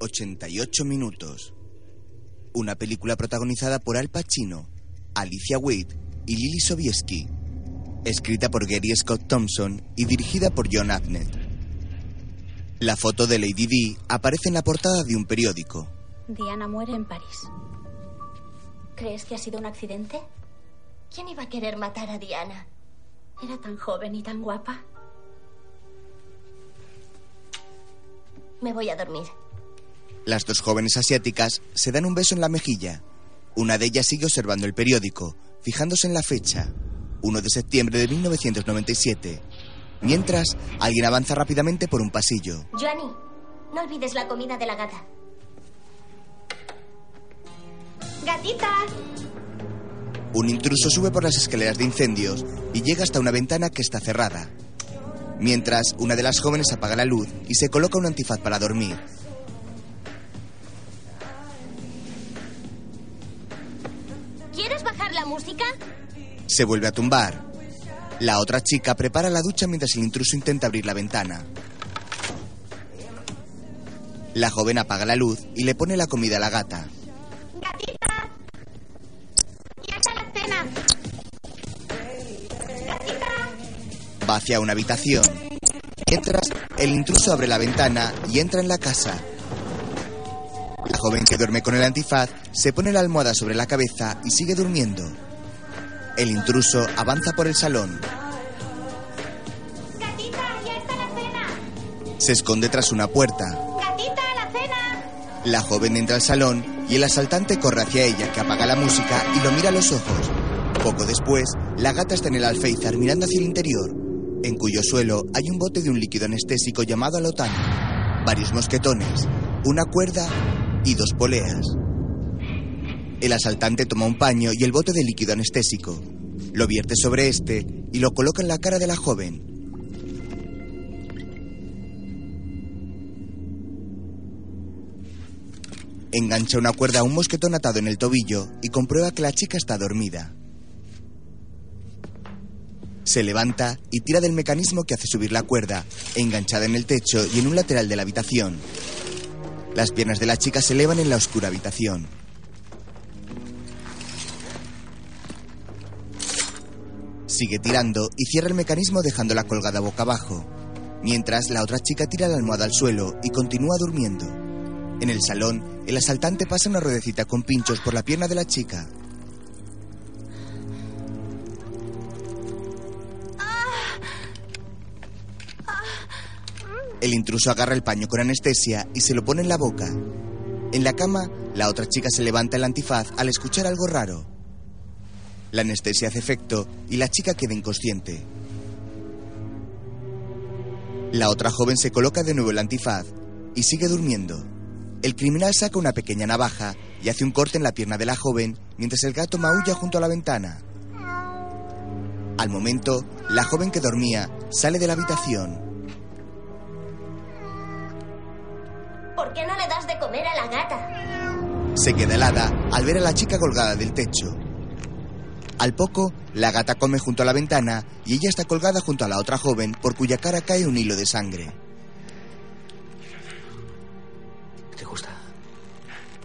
88 minutos. Una película protagonizada por Al Pacino, Alicia Wade y Lily Sobieski. Escrita por Gary Scott Thompson y dirigida por John Abnett. La foto de Lady D aparece en la portada de un periódico. Diana muere en París. ¿Crees que ha sido un accidente? ¿Quién iba a querer matar a Diana? Era tan joven y tan guapa. Me voy a dormir. Las dos jóvenes asiáticas se dan un beso en la mejilla. Una de ellas sigue observando el periódico, fijándose en la fecha, 1 de septiembre de 1997. Mientras, alguien avanza rápidamente por un pasillo. Joanny, no olvides la comida de la gata. ¡Gatita! Un intruso sube por las escaleras de incendios y llega hasta una ventana que está cerrada. Mientras, una de las jóvenes apaga la luz y se coloca un antifaz para dormir. ¿Quieres bajar la música? Se vuelve a tumbar. La otra chica prepara la ducha mientras el intruso intenta abrir la ventana. La joven apaga la luz y le pone la comida a la gata. ¡Gatita! ¡Ya está la cena! ¡Gatita! Va hacia una habitación. Mientras, el intruso abre la ventana y entra en la casa. La joven que duerme con el antifaz se pone la almohada sobre la cabeza y sigue durmiendo. El intruso avanza por el salón. ¡Gatita! ¡Ya está la cena! Se esconde tras una puerta. ¡Gatita, la cena! La joven entra al salón y el asaltante corre hacia ella, que apaga la música y lo mira a los ojos. Poco después, la gata está en el alféizar mirando hacia el interior, en cuyo suelo hay un bote de un líquido anestésico llamado alotán, varios mosquetones, una cuerda y dos poleas. El asaltante toma un paño y el bote de líquido anestésico, lo vierte sobre este y lo coloca en la cara de la joven. Engancha una cuerda a un mosquetón atado en el tobillo y comprueba que la chica está dormida. Se levanta y tira del mecanismo que hace subir la cuerda, enganchada en el techo y en un lateral de la habitación. Las piernas de la chica se elevan en la oscura habitación. Sigue tirando y cierra el mecanismo dejándola colgada boca abajo. Mientras, la otra chica tira la almohada al suelo y continúa durmiendo. En el salón, el asaltante pasa una ruedecita con pinchos por la pierna de la chica. El intruso agarra el paño con anestesia y se lo pone en la boca. En la cama, la otra chica se levanta el antifaz al escuchar algo raro. La anestesia hace efecto y la chica queda inconsciente. La otra joven se coloca de nuevo el antifaz y sigue durmiendo. El criminal saca una pequeña navaja y hace un corte en la pierna de la joven mientras el gato maulla junto a la ventana. Al momento, la joven que dormía sale de la habitación. ¿Por qué no le das de comer a la gata? Se queda helada al ver a la chica colgada del techo. Al poco, la gata come junto a la ventana y ella está colgada junto a la otra joven por cuya cara cae un hilo de sangre. ¿Te gusta?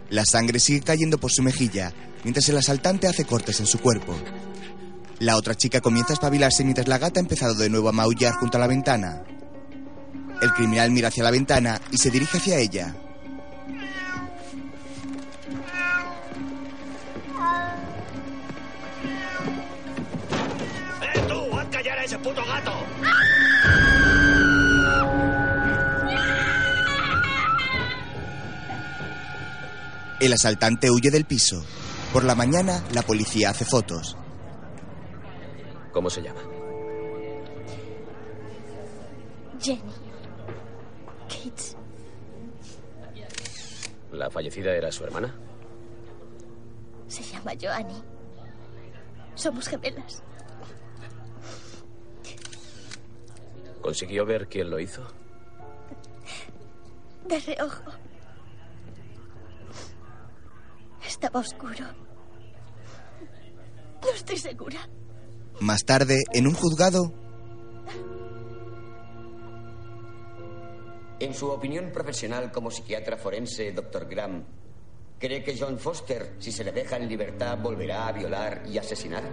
La sangre sigue cayendo por su mejilla, mientras el asaltante hace cortes en su cuerpo. La otra chica comienza a espabilarse mientras la gata ha empezado de nuevo a maullar junto a la ventana. El criminal mira hacia la ventana y se dirige hacia ella. ¡Eh, tú! ¡Haz callar a ese puto gato! El asaltante huye del piso. Por la mañana, la policía hace fotos. ¿Cómo se llama? Jenny. Kate. ¿La fallecida era su hermana? Se llama Joanny. Somos gemelas. ¿Consiguió ver quién lo hizo? De reojo. Estaba oscuro. No estoy segura. Más tarde, en un juzgado, En su opinión profesional como psiquiatra forense, Dr. Graham, ¿cree que John Foster, si se le deja en libertad, volverá a violar y asesinar?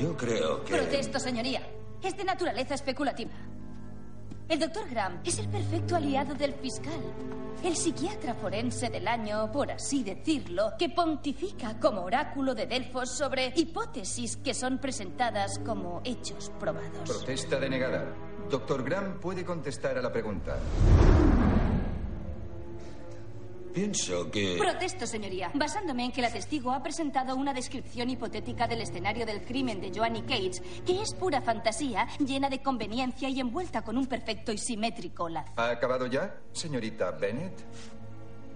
Yo creo que... Protesto, señoría. Es de naturaleza especulativa. El doctor Graham es el perfecto aliado del fiscal. El psiquiatra forense del año, por así decirlo, que pontifica como oráculo de Delfos sobre hipótesis que son presentadas como hechos probados. Protesta denegada. Doctor Graham puede contestar a la pregunta. Pienso que... Protesto, señoría. Basándome en que la testigo ha presentado una descripción hipotética del escenario del crimen de Joanny Cates, que es pura fantasía, llena de conveniencia y envuelta con un perfecto y simétrico lazo. ¿Ha acabado ya, señorita Bennett?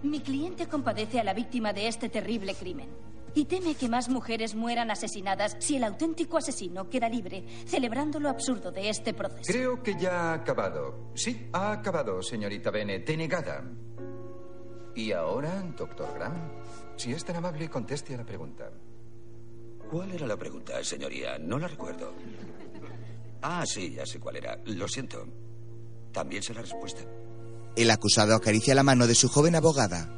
Mi cliente compadece a la víctima de este terrible crimen. Y teme que más mujeres mueran asesinadas si el auténtico asesino queda libre, celebrando lo absurdo de este proceso. Creo que ya ha acabado. Sí, ha acabado, señorita Bennett. Denegada. Y ahora, doctor Graham, si es tan amable, conteste a la pregunta. ¿Cuál era la pregunta, señoría? No la recuerdo. Ah, sí, ya sé cuál era. Lo siento. También sé la respuesta. El acusado acaricia la mano de su joven abogada.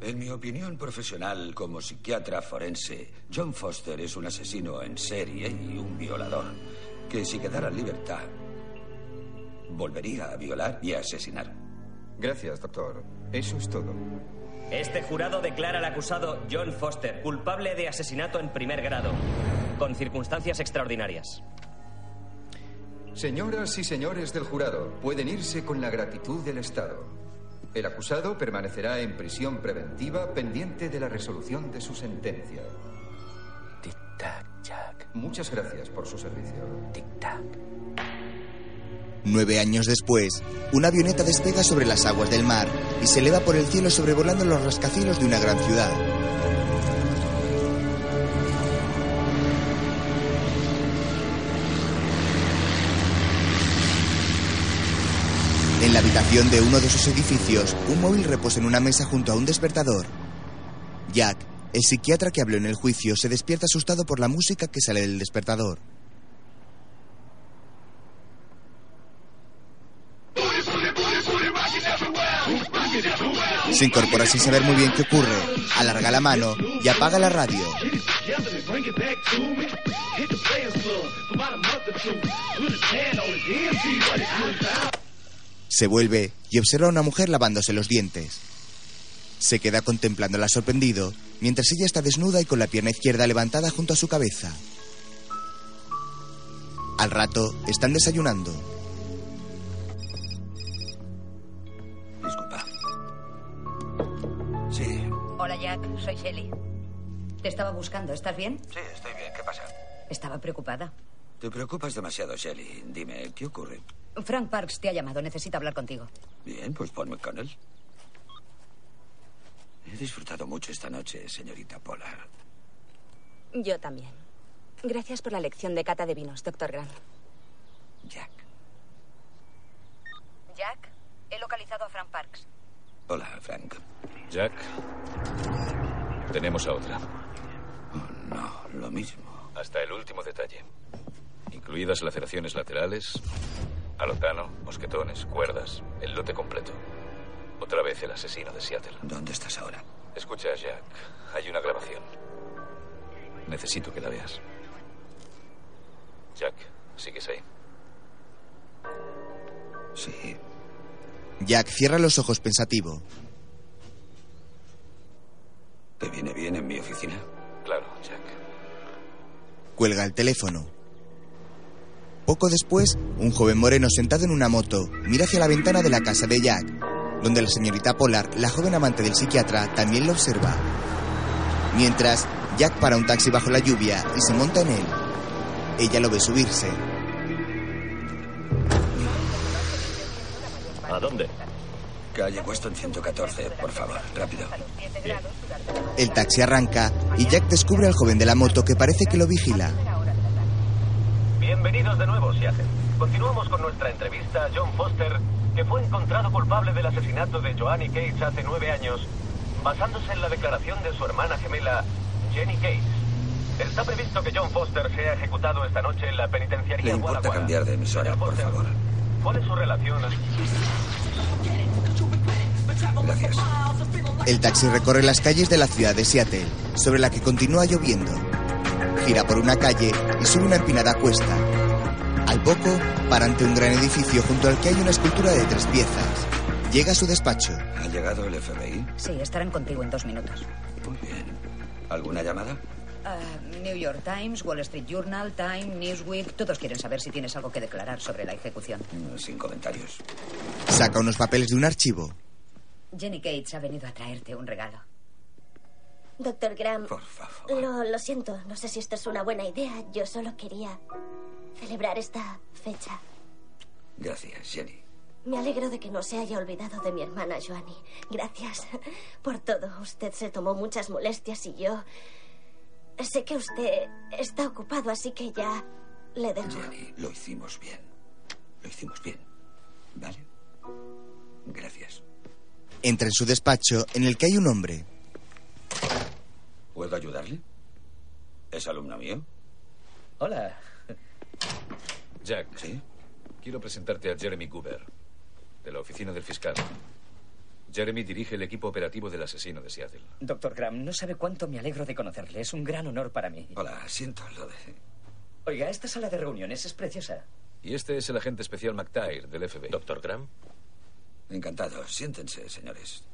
En mi opinión profesional como psiquiatra forense, John Foster es un asesino en serie y un violador que si quedara en libertad, volvería a violar y a asesinar. Gracias, doctor. Eso es todo. Este jurado declara al acusado John Foster culpable de asesinato en primer grado, con circunstancias extraordinarias. Señoras y señores del jurado, pueden irse con la gratitud del Estado. El acusado permanecerá en prisión preventiva pendiente de la resolución de su sentencia. Tic-tac, Jack. Muchas gracias por su servicio. Tic-tac. Nueve años después, una avioneta despega sobre las aguas del mar y se eleva por el cielo sobrevolando los rascacielos de una gran ciudad. En la habitación de uno de sus edificios, un móvil reposa en una mesa junto a un despertador. Jack, el psiquiatra que habló en el juicio, se despierta asustado por la música que sale del despertador. Se incorpora sin saber muy bien qué ocurre, alarga la mano y apaga la radio. Se vuelve y observa a una mujer lavándose los dientes. Se queda contemplándola sorprendido, mientras ella está desnuda y con la pierna izquierda levantada junto a su cabeza. Al rato, están desayunando. Disculpa. Sí, Hola, Jack. Soy Shelly. Te estaba buscando. ¿Estás bien? sí, estoy bien. ¿Qué pasa? Estaba preocupada. Te preocupas demasiado, Shelly. Dime, ¿qué ocurre? Frank Parks te ha llamado. Necesita hablar contigo. Bien, pues ponme con él. He disfrutado mucho esta noche, señorita Polar. Yo también. Gracias por la lección de cata de vinos, doctor Grant. Jack. Jack, he localizado a Frank Parks. Hola, Frank. Jack. Tenemos a otra. Oh, No, lo mismo. Hasta el último detalle. Incluidas laceraciones laterales, alotano, mosquetones, cuerdas, el lote completo. Otra vez el asesino de Seattle. ¿Dónde estás ahora? Escucha, Jack, hay una grabación. Necesito que la veas. Jack, sigues ahí. Sí. Jack cierra los ojos pensativo. ¿Te viene bien en mi oficina? Claro, Jack. Cuelga el teléfono. Poco después, un joven moreno sentado en una moto mira hacia la ventana de la casa de Jack, donde la señorita Polar, la joven amante del psiquiatra, también lo observa. Mientras, Jack para un taxi bajo la lluvia y se monta en él. Ella lo ve subirse. ¿A dónde? Calle Weston 114, por favor, rápido. El taxi arranca y Jack descubre al joven de la moto que parece que lo vigila. Bienvenidos de nuevo, Seattle. Continuamos con nuestra entrevista a John Foster, que fue encontrado culpable del asesinato de Joanny Cates hace nueve años, basándose en la declaración de su hermana gemela, Jenny Cates. Está previsto que John Foster sea ejecutado esta noche en la penitenciaría Le importa Walla Walla. cambiar de emisora, por favor. ¿Cuál es su relación? Gracias. El taxi recorre las calles de la ciudad de Seattle, sobre la que continúa lloviendo. Gira por una calle y sube una empinada cuesta. Al poco, para ante un gran edificio junto al que hay una escultura de tres piezas. Llega a su despacho. ¿Ha llegado el FBI? Sí, estarán contigo en dos minutos. Muy bien. ¿Alguna llamada? Ah, New York Times, Wall Street Journal, Time, Newsweek, todos quieren saber si tienes algo que declarar sobre la ejecución. Mm, Sin comentarios. Saca unos papeles de un archivo. Jenny Cates ha venido a traerte un regalo. Doctor Graham. Por Lo, lo siento, no sé si esto es una buena idea. Yo solo quería celebrar esta fecha. Gracias, Jenny. Me alegro de que no se haya olvidado de mi hermana Joanny. Gracias por todo. Usted se tomó muchas molestias y yo. Sé que usted está ocupado, así que ya le dejo. Jenny, lo hicimos bien. Lo hicimos bien. ¿Vale? Gracias. Entra en su despacho, en el que hay un hombre. ¿Puedo ayudarle? ¿Es alumno mío? Hola. Jack. ¿Sí? Quiero presentarte a Jeremy Goober, de la oficina del fiscal. Jeremy dirige el equipo operativo del asesino de Seattle. Doctor Graham, no sabe cuánto me alegro de conocerle. Es un gran honor para mí. Hola, siento lo de... Oiga, esta sala de reuniones es preciosa. Y este es el agente especial McTire, del FBI. ¿Doctor Graham? Encantado. Siéntense, señores.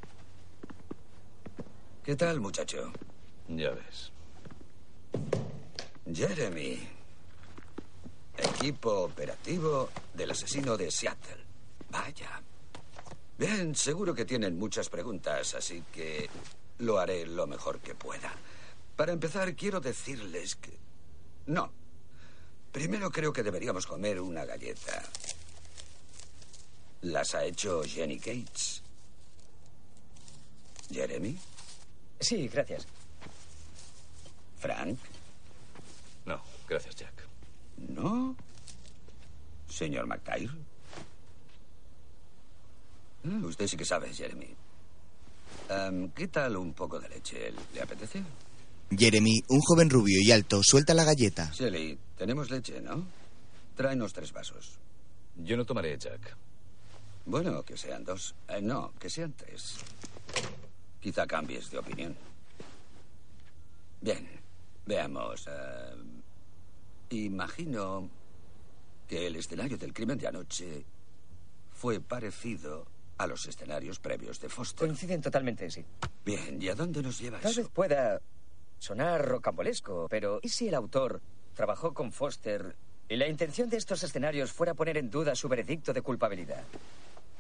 ¿Qué tal, muchacho? Ya ves. Jeremy. Equipo operativo del asesino de Seattle. Vaya. Bien, seguro que tienen muchas preguntas, así que lo haré lo mejor que pueda. Para empezar, quiero decirles que... No. Primero creo que deberíamos comer una galleta. ¿Las ha hecho Jenny Cates? ¿Jeremy? Sí, gracias. ¿Frank? No, gracias, Jack. ¿No? ¿Señor McTair? Mm, Usted sí que sabe, Jeremy. Am, ¿Qué tal un poco de leche? ¿Le apetece? Jeremy, un joven rubio y alto, suelta la galleta. Shelly, tenemos leche, ¿no? Tráenos tres vasos. Yo no tomaré Jack. Bueno, que sean dos. Eh, no, que sean tres. Quizá cambies de opinión. Bien, veamos. eh, imagino que el escenario del crimen de anoche fue parecido a los escenarios previos de Foster. Coinciden totalmente, sí. Bien, ¿y a dónde nos lleva Tal eso? vez pueda sonar rocambolesco, pero ¿y si el autor trabajó con Foster y la intención de estos escenarios fuera poner en duda su veredicto de culpabilidad?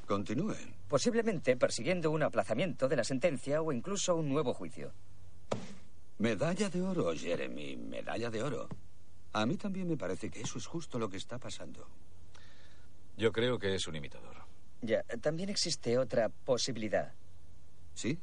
Continúe. Posiblemente persiguiendo un aplazamiento de la sentencia o incluso un nuevo juicio. Medalla de oro, Jeremy, medalla de oro. A mí también me parece que eso es justo lo que está pasando. Yo creo que es un imitador. Ya, también existe otra posibilidad, ¿Sí?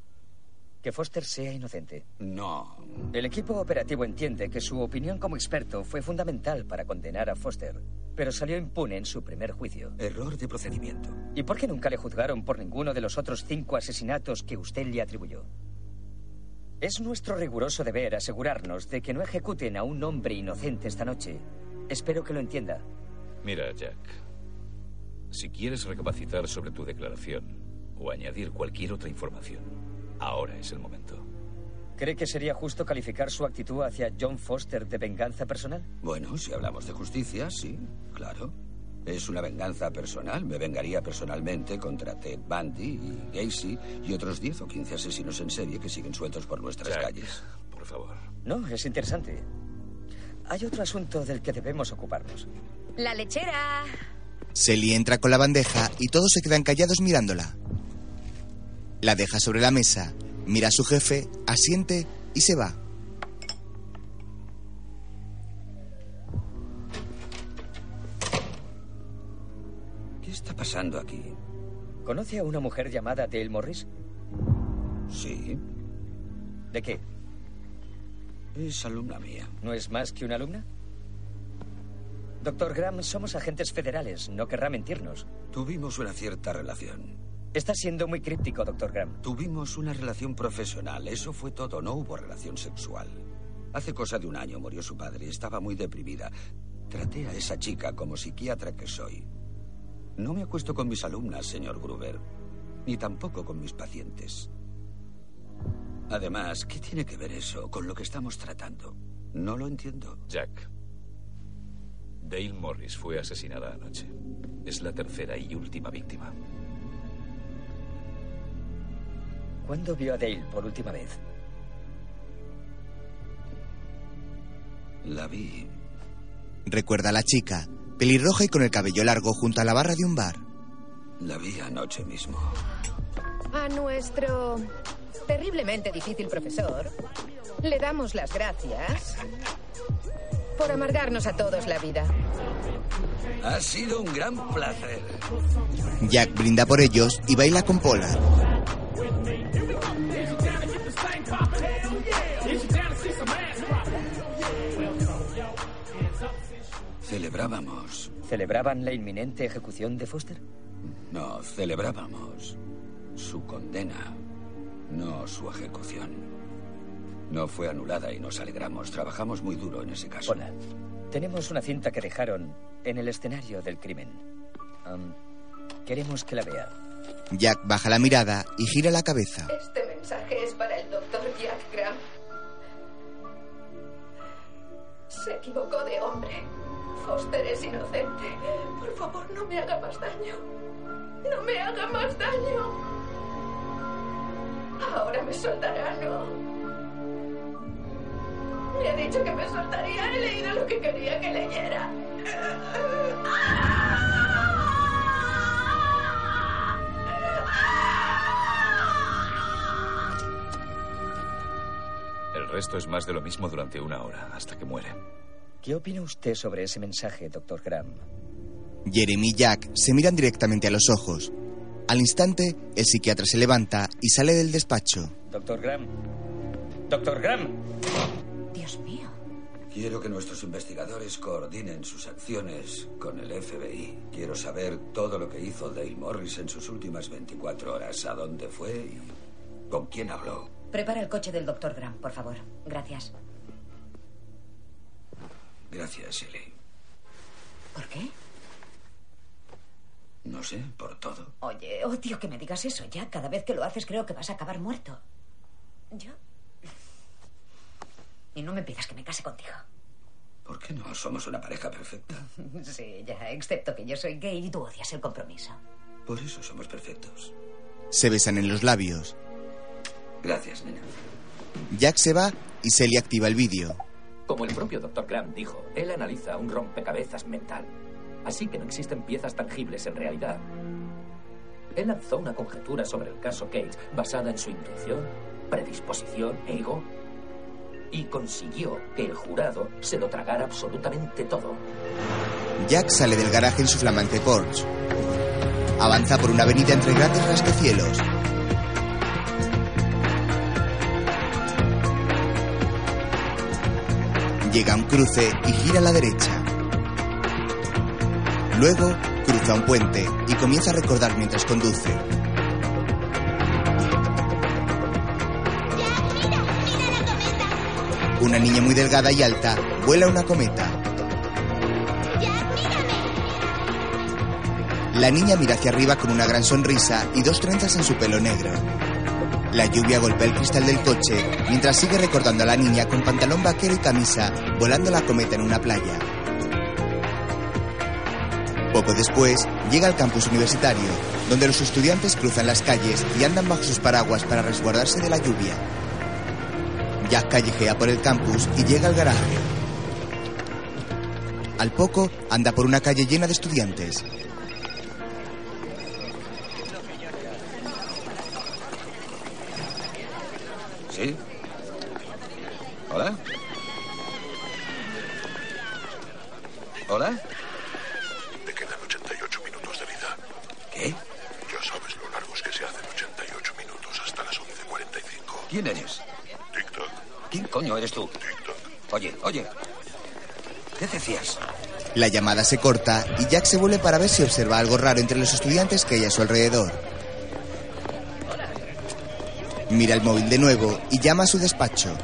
que Foster sea inocente. No. El equipo operativo entiende que su opinión como experto fue fundamental para condenar a Foster, pero salió impune en su primer juicio. Error de procedimiento. ¿Y por qué nunca le juzgaron por ninguno de los otros cinco asesinatos que usted le atribuyó? Es nuestro riguroso deber asegurarnos de que no ejecuten a un hombre inocente esta noche. Espero que lo entienda. Mira, Jack, si quieres recapacitar sobre tu declaración o añadir cualquier otra información, ahora es el momento. ¿Cree que sería justo calificar su actitud hacia John Foster de venganza personal? Bueno, si hablamos de justicia, sí, claro. Es una venganza personal. Me vengaría personalmente contra Ted Bundy y Gacy y otros 10 o 15 asesinos en serie que siguen sueltos por nuestras Jack, calles. Por favor. No, es interesante. Hay otro asunto del que debemos ocuparnos. La lechera. Selly entra con la bandeja y todos se quedan callados mirándola. La deja sobre la mesa, mira a su jefe, asiente y se va. ¿Qué está pasando aquí? ¿Conoce a una mujer llamada Dale Morris? Sí, ¿De qué? es alumna mía. ¿No es más que una alumna? Doctor Graham, somos agentes federales. No querrá mentirnos. Tuvimos una cierta relación. Está siendo muy críptico, doctor Graham. Tuvimos una relación profesional, eso fue todo, no hubo relación sexual. Hace cosa de un año murió su padre, estaba muy deprimida. Traté a esa chica como psiquiatra que soy. No me acuesto con mis alumnas, señor Gruber, ni tampoco con mis pacientes. Además, ¿qué tiene que ver eso con lo que estamos tratando? No lo entiendo. Jack, Dale Morris fue asesinada anoche. Es la tercera y última víctima. ¿Cuándo vio a Dale por última vez? La vi. Recuerda a la chica, pelirroja y con el cabello largo junto a la barra de un bar. La vi anoche mismo. A nuestro terriblemente difícil profesor le damos las gracias por amargarnos a todos la vida. Ha sido un gran placer. Jack brinda por ellos y baila con Polar. Celebrábamos. ¿Celebraban la inminente ejecución de Foster? No, celebrábamos su condena, no su ejecución. No fue anulada y nos alegramos. Trabajamos muy duro en ese caso. Hola. Tenemos una cinta que dejaron en el escenario del crimen. Am, queremos que la vea. Jack baja la mirada y gira la cabeza. Este mensaje es para el doctor Jack Graham. Se equivocó de hombre. Foster es inocente. Por favor, no me haga más daño. No me haga más daño. Ahora me soltará, no. Me ha dicho que me soltaría. He leído lo que quería que leyera. El resto es más de lo mismo durante una hora, hasta que muere. ¿Qué opina usted sobre ese mensaje, doctor Graham? Jeremy y Jack se miran directamente a los ojos. Al instante, el psiquiatra se levanta y sale del despacho. Doctor Graham. Doctor Graham. Dios mío. Quiero que nuestros investigadores coordinen sus acciones con el FBI. Quiero saber todo lo que hizo Dale Morris en sus últimas 24 horas, a dónde fue y con quién habló. Prepara el coche del doctor Graham, por favor. Gracias. Gracias, Ellie. ¿Por qué? No sé, por todo. Oye, odio que me digas eso, ya. Cada vez que lo haces creo que vas a acabar muerto. ¿Yo? Y no me pidas que me case contigo. ¿Por qué no? Somos una pareja perfecta. Sí, ya, excepto que yo soy gay y tú odias el compromiso. Por eso somos perfectos. Se besan en los labios. Gracias, nena. Jack se va y Sally activa el vídeo. Como el propio Dr. Graham dijo, él analiza un rompecabezas mental. Así que no existen piezas tangibles en realidad. Él lanzó una conjetura sobre el caso Cage basada en su intuición, predisposición, ego y consiguió que el jurado se lo tragara absolutamente todo. Jack sale del garaje en su flamante Porsche. Avanza por una avenida entre grandes rascacielos. Llega a un cruce y gira a la derecha. Luego cruza un puente y comienza a recordar mientras conduce. Una niña muy delgada y alta vuela una cometa. La niña mira hacia arriba con una gran sonrisa y dos trenzas en su pelo negro. La lluvia golpea el cristal del coche mientras sigue recordando a la niña con pantalón vaquero y camisa volando la cometa en una playa. Poco después, llega al campus universitario, donde los estudiantes cruzan las calles y andan bajo sus paraguas para resguardarse de la lluvia. Jack callejea por el campus y llega al garaje. Al poco, anda por una calle llena de estudiantes. ¿Sí? ¿Hola? ¿Hola? Te quedan 88 minutos de vida. ¿Qué? Ya sabes lo largos que se hacen 88 minutos hasta las 11.45. ¿Quién eres? Tic-tac, ¿Quién coño eres tú? Oye, oye. ¿Qué decías? La llamada se corta y Jack se vuelve para ver si observa algo raro entre los estudiantes que hay a su alrededor. Mira el móvil de nuevo y llama a su despacho.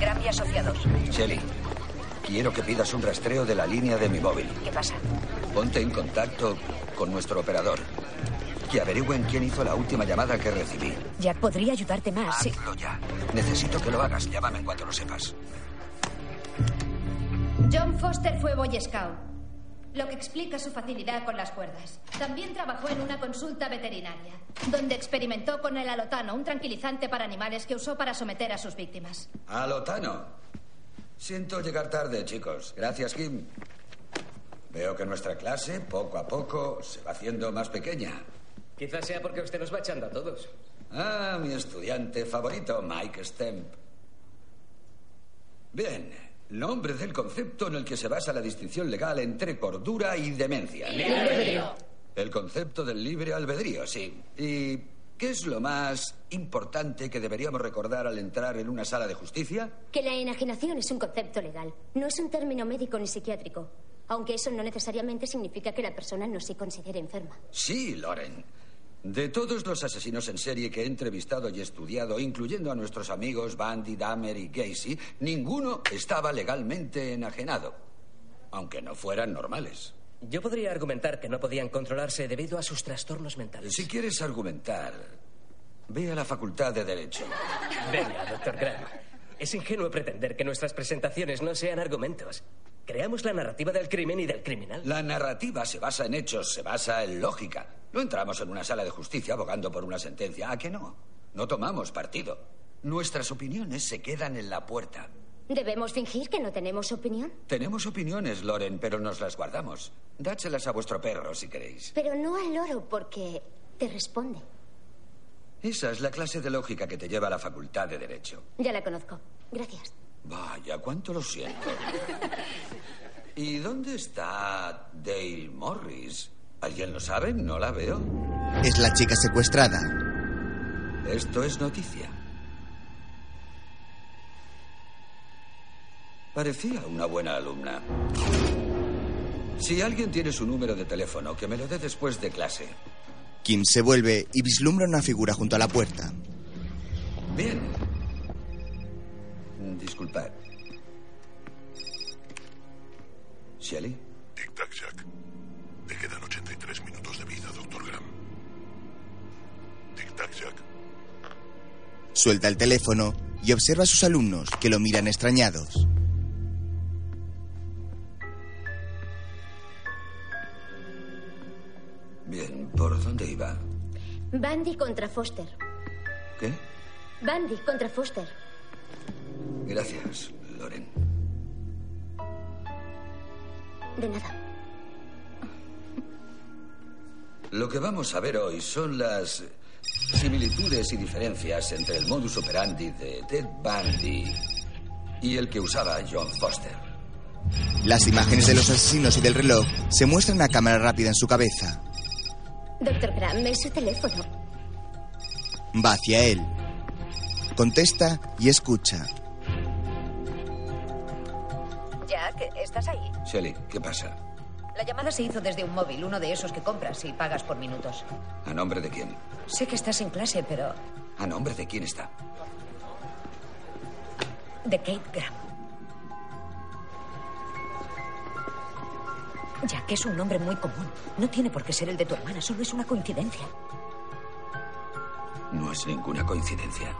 Graham y asociados. Shelly, Quiero que pidas un rastreo de la línea de mi móvil. ¿Qué pasa? Ponte en contacto con nuestro operador. Que averigüen quién hizo la última llamada que recibí. Jack podría ayudarte más. sí. Hazlo ya. Necesito que lo hagas. Llámame en cuanto lo sepas. John Foster fue Boy Scout, lo que explica su facilidad con las cuerdas. También trabajó en una consulta veterinaria, donde experimentó con el alotano, un tranquilizante para animales que usó para someter a sus víctimas. Alotano. Siento llegar tarde, chicos. Gracias, Kim. Veo que nuestra clase, poco a poco, se va haciendo más pequeña. Quizás sea porque usted nos va echando a todos. Ah, mi estudiante favorito, Mike Stemp. Bien, nombre del concepto en el que se basa la distinción legal entre cordura y demencia. Libre albedrío. El concepto del libre albedrío, sí. ¿Y qué es lo más importante que deberíamos recordar al entrar en una sala de justicia? Que la enajenación es un concepto legal, no es un término médico ni psiquiátrico, aunque eso no necesariamente significa que la persona no se considere enferma. Sí, Loren. De todos los asesinos en serie que he entrevistado y estudiado, incluyendo a nuestros amigos Bandy, Dahmer y Gacy, ninguno estaba legalmente enajenado, aunque no fueran normales. Yo podría argumentar que no podían controlarse debido a sus trastornos mentales. Si quieres argumentar, ve a la Facultad de Derecho. Venga, doctor Graham. Es ingenuo pretender que nuestras presentaciones no sean argumentos. Creamos la narrativa del crimen y del criminal. La narrativa se basa en hechos, se basa en lógica. No entramos en una sala de justicia abogando por una sentencia. ¿A qué no? No tomamos partido. Nuestras opiniones se quedan en la puerta. ¿Debemos fingir que no tenemos opinión? Tenemos opiniones, Loren, pero nos las guardamos. Dáchelas a vuestro perro si queréis. Pero no al loro porque te responde. Esa es la clase de lógica que te lleva a la Facultad de Derecho. Ya la conozco. Gracias. Vaya, cuánto lo siento. ¿Y dónde está Dale Morris? ¿Alguien lo sabe? No la veo. Es la chica secuestrada. Esto es noticia. Parecía una buena alumna. Si alguien tiene su número de teléfono, que me lo dé después de clase. Kim se vuelve y vislumbra una figura junto a la puerta. Bien. Disculpad. ¿Shelly? Tic-tac, Jack. Te quedan 83 minutos de vida, Doctor Graham. Tic-tac, Jack. Suelta el teléfono y observa a sus alumnos que lo miran extrañados. Bien, ¿por dónde iba? Bandy contra Foster. ¿Qué? Bandy contra Foster. Gracias, Loren. De nada. Lo que vamos a ver hoy son las similitudes y diferencias entre el modus operandi de Ted Bundy y el que usaba John Foster. Las imágenes de los asesinos y del reloj se muestran a cámara rápida en su cabeza. Doctor Graham, es su teléfono. Va hacia él. Contesta y escucha. Jack, ¿estás ahí? Shelley, ¿qué pasa? La llamada se hizo desde un móvil, uno de esos que compras y pagas por minutos. ¿A nombre de quién? Sé que estás en clase, pero... ¿A nombre de quién está? De Kate Graham. Jack es un nombre muy común. No tiene por qué ser el de tu hermana, solo es una coincidencia. No es ninguna coincidencia.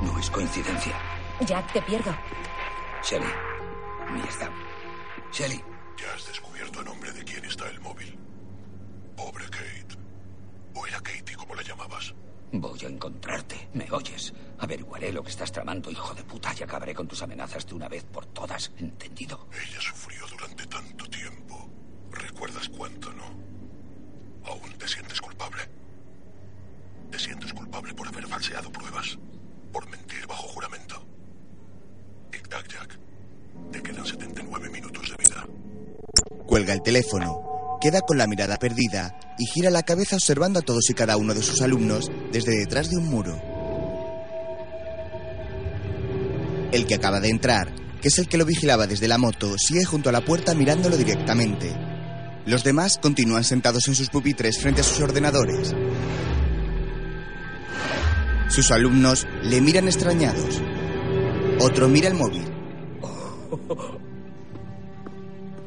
No es coincidencia. Jack, te pierdo. Shelley. Mierda. Shelley. Ya has descubierto a nombre de quién está el móvil. Pobre Kate. ¿O era Katie como la llamabas? Voy a encontrarte. ¿Me oyes? Averiguaré lo que estás tramando, hijo de puta, y acabaré con tus amenazas de una vez por todas. ¿Entendido? Ella sufrió durante tanto tiempo. ¿Recuerdas cuánto, no? ¿Aún te sientes culpable? ¿Te sientes culpable por haber falseado pruebas? ¿Por mentir bajo juramento? Tic-tac, Jack. Te quedan 79 minutos de vida. Cuelga el teléfono, queda con la mirada perdida y gira la cabeza observando a todos y cada uno de sus alumnos desde detrás de un muro. El que acaba de entrar, que es el que lo vigilaba desde la moto, sigue junto a la puerta mirándolo directamente. Los demás continúan sentados en sus pupitres frente a sus ordenadores. Sus alumnos le miran extrañados. Otro mira el móvil.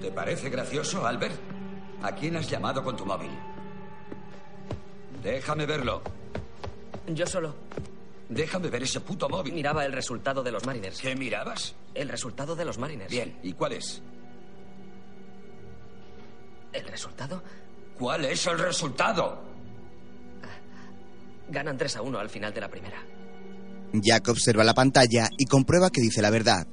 ¿Te parece gracioso, Albert? ¿A quién has llamado con tu móvil? Déjame verlo. Yo solo. Déjame ver ese puto móvil. Miraba el resultado de los Mariners. ¿Qué mirabas? El resultado de los Mariners. Bien, ¿y cuál es? ¿El resultado? ¿Cuál es el resultado? Ah, Ganan 3 a 1 al final de la primera. Jack observa la pantalla y comprueba que dice la verdad.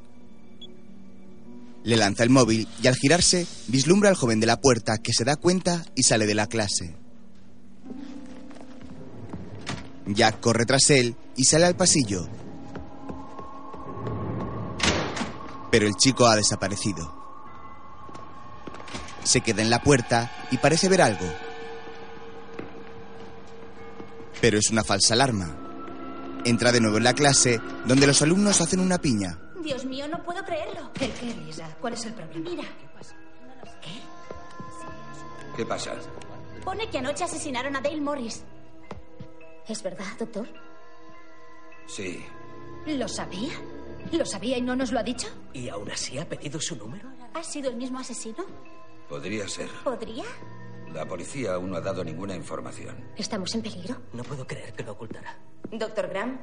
Le lanza el móvil y al girarse vislumbra al joven de la puerta que se da cuenta y sale de la clase. Jack corre tras él y sale al pasillo. Pero el chico ha desaparecido. Se queda en la puerta y parece ver algo. Pero es una falsa alarma. Entra de nuevo en la clase, donde los alumnos hacen una piña. Dios mío, no puedo creerlo. ¿El qué, Lisa? ¿Cuál es el problema? Mira, ¿Qué pasa? pone que anoche asesinaron a Dale Morris. ¿Es verdad, doctor? Sí. ¿Lo sabía? ¿Lo sabía y no nos lo ha dicho? ¿Y aún así ha pedido su número? ¿Ha sido el mismo asesino? Podría ser. ¿Podría? La policía aún no ha dado ninguna información. ¿Estamos en peligro? No puedo creer que lo ocultara. Doctor Graham,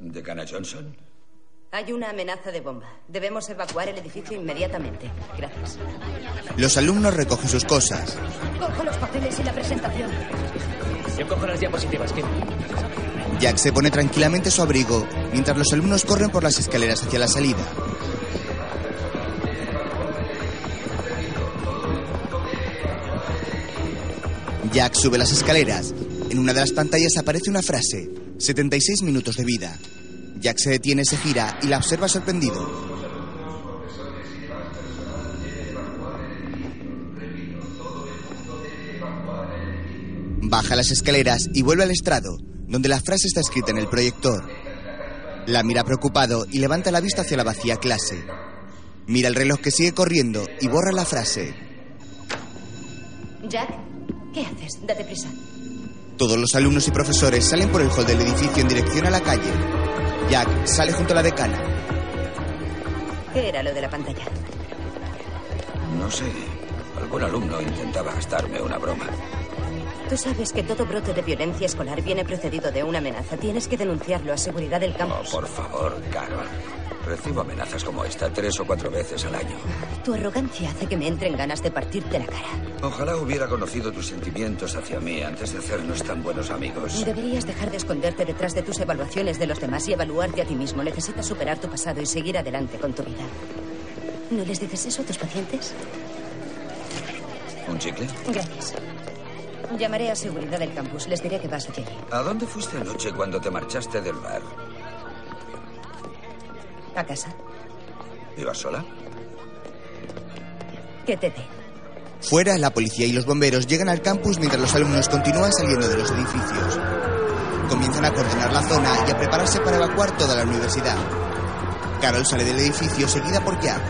¿De Cana Johnson? hay una amenaza de bomba. Debemos evacuar el edificio inmediatamente. Gracias. Los alumnos recogen sus cosas. Cojo los papeles y la presentación. Yo cojo las diapositivas, Kim. Jack se pone tranquilamente su abrigo mientras los alumnos corren por las escaleras hacia la salida. Jack sube las escaleras. En una de las pantallas aparece una frase. 76 minutos de vida. Jack se detiene, se gira y la observa sorprendido. Baja las escaleras y vuelve al estrado, donde la frase está escrita en el proyector. La mira preocupado y levanta la vista hacia la vacía clase. Mira el reloj que sigue corriendo y borra la frase. Jack, ¿qué haces? Date prisa. Todos los alumnos y profesores salen por el hall del edificio en dirección a la calle. Jack sale junto a la decana. ¿Qué era lo de la pantalla? No sé. Algún alumno intentaba gastarme una broma. Tú sabes que todo brote de violencia escolar viene precedido de una amenaza. Tienes que denunciarlo a seguridad del Oh, campus. por favor, Carol. Recibo amenazas como esta tres o cuatro veces al año. Tu arrogancia hace que me entren ganas de partirte la cara. Ojalá hubiera conocido tus sentimientos hacia mí antes de hacernos tan buenos amigos. Deberías dejar de esconderte detrás de tus evaluaciones de los demás y evaluarte a ti mismo. Necesitas superar tu pasado y seguir adelante con tu vida. ¿No les dices eso a tus pacientes? ¿Un chicle? Gracias. Llamaré a seguridad del campus. Les diré que vas hacia allí. ¿A dónde fuiste anoche cuando te marchaste del bar? A casa. ¿Ibas sola? Que te dé. Fuera, la policía y los bomberos llegan al campus mientras los alumnos continúan saliendo de los edificios. Comienzan a coordinar la zona y a prepararse para evacuar toda la universidad. Carol sale del edificio seguida por Jack.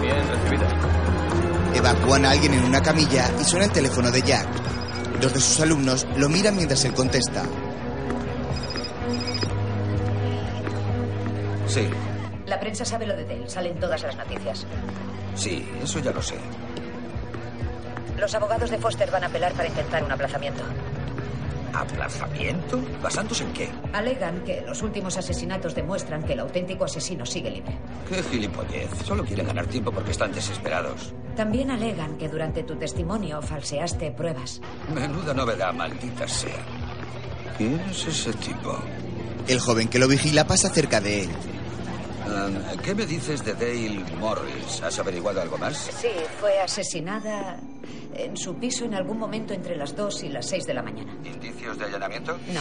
Bien recibida. Evacúan a alguien en una camilla y suena el teléfono de Jack. Dos de sus alumnos lo miran mientras él contesta. Sí, La prensa sabe lo de Dell. Salen todas las noticias. sí, eso ya lo sé. Los abogados de Foster van a apelar para intentar un aplazamiento. ¿Aplazamiento? ¿Basándose en qué? Alegan que los últimos asesinatos demuestran que el auténtico asesino sigue libre. ¡Qué gilipollez! Solo quieren ganar tiempo porque están desesperados. También alegan que durante tu testimonio falseaste pruebas. Menuda novedad, maldita sea. ¿Quién es ese tipo? El joven que lo vigila pasa cerca de él. Ah, ¿Qué me dices de Dale Morris? ¿Has averiguado algo más? Sí, fue asesinada en su piso en algún momento entre las 2 y las 6 de la mañana. ¿Indicios de allanamiento? No.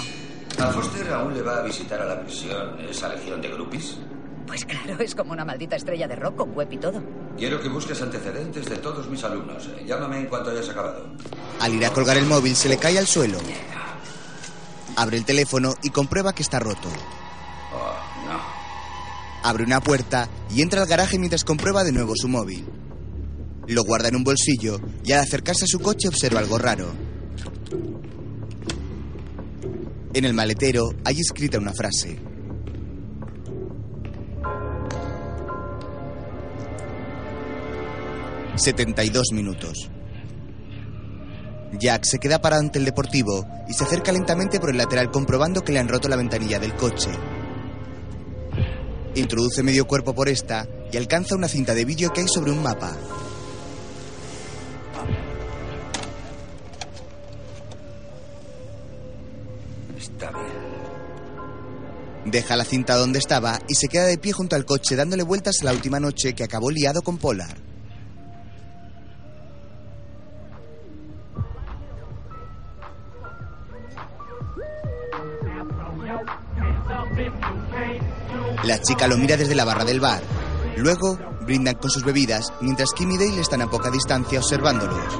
¿A Foster aún le va a visitar a la prisión esa legión de groupies? Pues claro, es como una maldita estrella de rock con web y todo. Quiero que busques antecedentes de todos mis alumnos. Llámame en cuanto hayas acabado. Al ir a colgar el móvil se le cae al suelo. Abre el teléfono y comprueba que está roto. Oh, no. Abre una puerta y entra al garaje mientras comprueba de nuevo su móvil. Lo guarda en un bolsillo y al acercarse a su coche observa algo raro. En el maletero hay escrita una frase. ...72 minutos. Jack se queda parado ante el deportivo y se acerca lentamente por el lateral comprobando que le han roto la ventanilla del coche. Introduce medio cuerpo por esta y alcanza una cinta de vídeo que hay sobre un mapa. Está bien. Deja la cinta donde estaba y se queda de pie junto al coche dándole vueltas a la última noche que acabó liado con Polar. La chica lo mira desde la barra del bar. Luego brindan con sus bebidas mientras Kim y Dale están a poca distancia observándolos.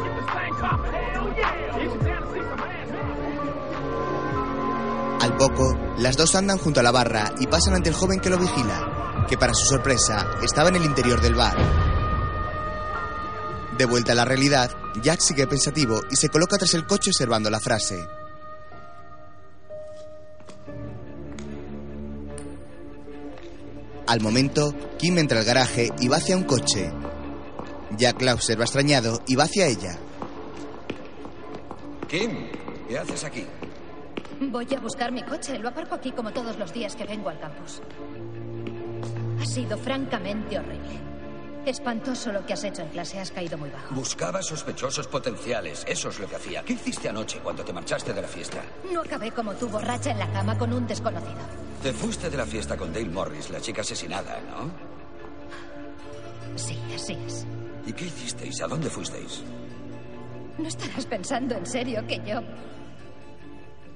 Al poco, las dos andan junto a la barra y pasan ante el joven que lo vigila, que para su sorpresa estaba en el interior del bar. De vuelta a la realidad, Jack sigue pensativo y se coloca tras el coche observando la frase. Al momento, Kim entra al garaje y va hacia un coche. Jack la observa extrañado y va hacia ella. Kim, ¿qué haces aquí? Voy a buscar mi coche. Lo aparco aquí como todos los días que vengo al campus. Ha sido francamente horrible. Espantoso lo que has hecho en clase. Has caído muy bajo. Buscaba sospechosos potenciales. Eso es lo que hacía. ¿Qué hiciste anoche cuando te marchaste de la fiesta? No acabé como tú, borracha en la cama con un desconocido. Te fuiste de la fiesta con Dale Morris, la chica asesinada, ¿no? Sí, así es. ¿Y qué hicisteis? ¿A dónde fuisteis? No estarás pensando en serio que yo.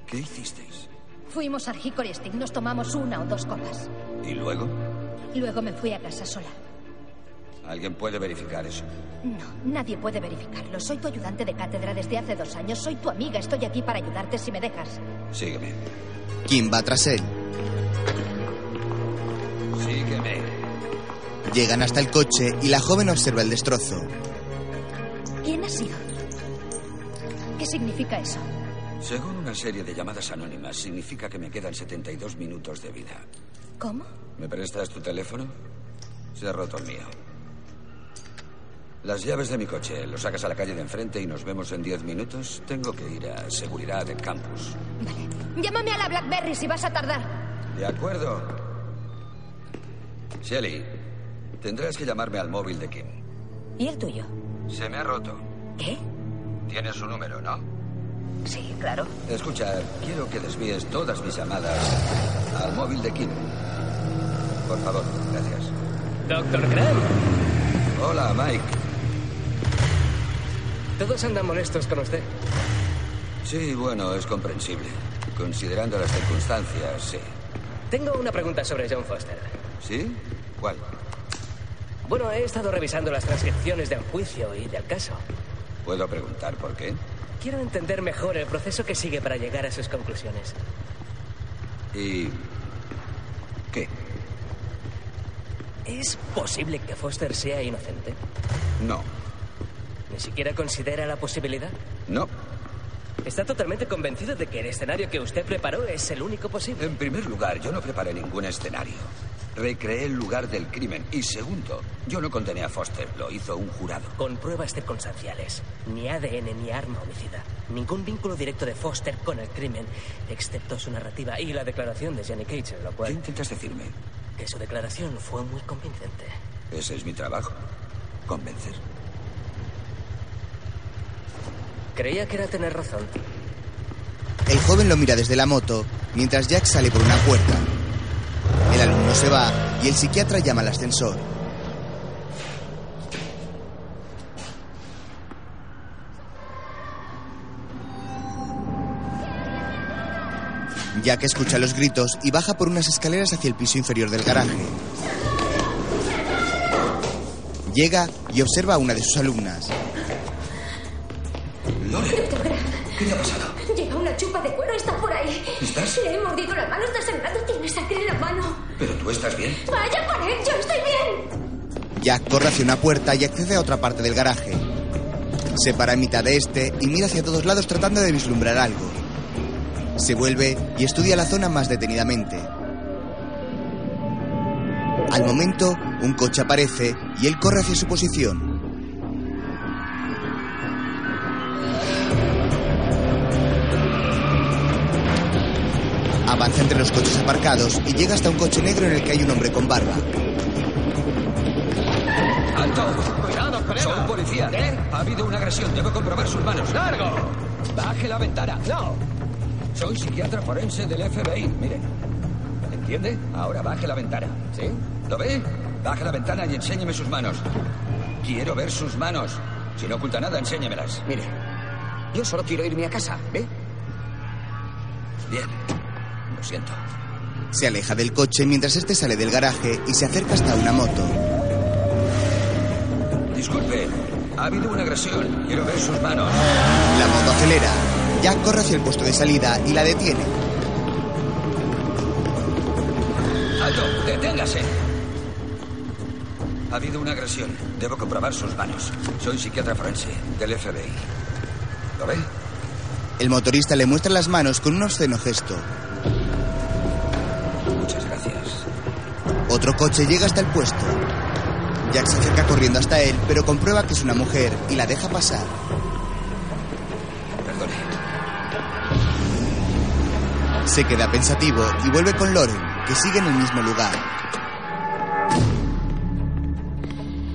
¿Qué hicisteis? Fuimos al Hickory Stick, nos tomamos una o dos copas. ¿Y luego? Luego me fui a casa sola. ¿Alguien puede verificar eso? No, nadie puede verificarlo. Soy tu ayudante de cátedra desde hace dos años. Soy tu amiga. Estoy aquí para ayudarte si me dejas. Sígueme. Kim va tras él. Sígueme. Llegan hasta el coche y la joven observa el destrozo. ¿Quién ha sido? ¿Qué significa eso? Según una serie de llamadas anónimas, significa que me quedan 72 minutos de vida. ¿Cómo? ¿Me prestas tu teléfono? Se ha roto el mío. Las llaves de mi coche, lo sacas a la calle de enfrente y nos vemos en 10 minutos. Tengo que ir a seguridad del campus. Llámame a la Blackberry si vas a tardar. De acuerdo. Shelly, tendrás que llamarme al móvil de Kim. ¿Y el tuyo? Se me ha roto. ¿Qué? Tienes su número, ¿no? Sí, claro. Escucha, quiero que desvíes todas mis llamadas al móvil de Kim. Por favor, gracias. Doctor Graham. Hola, Mike. Todos andan molestos con usted. Sí, bueno, es comprensible. Considerando las circunstancias, sí. Tengo una pregunta sobre John Foster. ¿Sí? ¿Cuál? Bueno, he estado revisando las transcripciones del juicio y del caso. ¿Puedo preguntar por qué? Quiero entender mejor el proceso que sigue para llegar a sus conclusiones. ¿Y qué? ¿Es posible que Foster sea inocente? No, ¿Ni siquiera considera la posibilidad? no. ¿Está totalmente convencido de que el escenario que usted preparó es el único posible? En primer lugar, yo no preparé ningún escenario. Recreé el lugar del crimen. Y segundo, yo no condené a Foster, lo hizo un jurado. Con pruebas circunstanciales. Ni ADN ni arma homicida. Ningún vínculo directo de Foster con el crimen, excepto su narrativa y la declaración de Jenny Cage, lo ¿Qué cual... intentas decirme? Que su declaración fue muy convincente. Ese es mi trabajo. Convencer. Creía que era tener razón. El joven lo mira desde la moto mientras Jack sale por una puerta. El alumno se va y el psiquiatra llama al ascensor. Jack escucha los gritos y baja por unas escaleras hacia el piso inferior del garaje. Llega y observa a una de sus alumnas. ¿Qué te ha pasado? Lleva una chupa de cuero, está por ahí. ¿Estás? Le he mordido la mano, está sangrando, tiene sangre en la mano. ¿Pero tú estás bien? Vaya por él, yo estoy bien. Jack corre hacia una puerta y accede a otra parte del garaje. Se para en mitad de este y mira hacia todos lados tratando de vislumbrar algo. Se vuelve y estudia la zona más detenidamente. Al momento, un coche aparece y él corre hacia su posición. Avanza entre los coches aparcados y llega hasta un coche negro en el que hay un hombre con barba. ¡Alto! ¡Cuidado con Soy policía. Ha habido una agresión. Debo comprobar sus manos. ¡Largo! Baje la ventana. ¡No! Soy psiquiatra forense del FBI. Miren. ¿Me entiende? Ahora baje la ventana. ¿Sí? ¿Lo ve? Baje la ventana y enséñeme sus manos. Quiero ver sus manos. Si no oculta nada, enséñemelas. Mire, yo solo quiero irme a casa, ¿ve? Bien. Lo siento. Se aleja del coche mientras este sale del garaje y se acerca hasta una moto. Disculpe. Ha habido una agresión. Quiero ver sus manos. La moto acelera. Jack corre hacia el puesto de salida y la detiene. ¡Alto! ¡Deténgase! Ha habido una agresión. Debo comprobar sus manos. Soy psiquiatra forense del FBI. ¿Lo ve? El motorista le muestra las manos con un obsceno gesto. Muchas gracias. Otro coche llega hasta el puesto. Jack se acerca corriendo hasta él, pero comprueba que es una mujer y la deja pasar. Perdone. Se queda pensativo y vuelve con Loren, que sigue en el mismo lugar.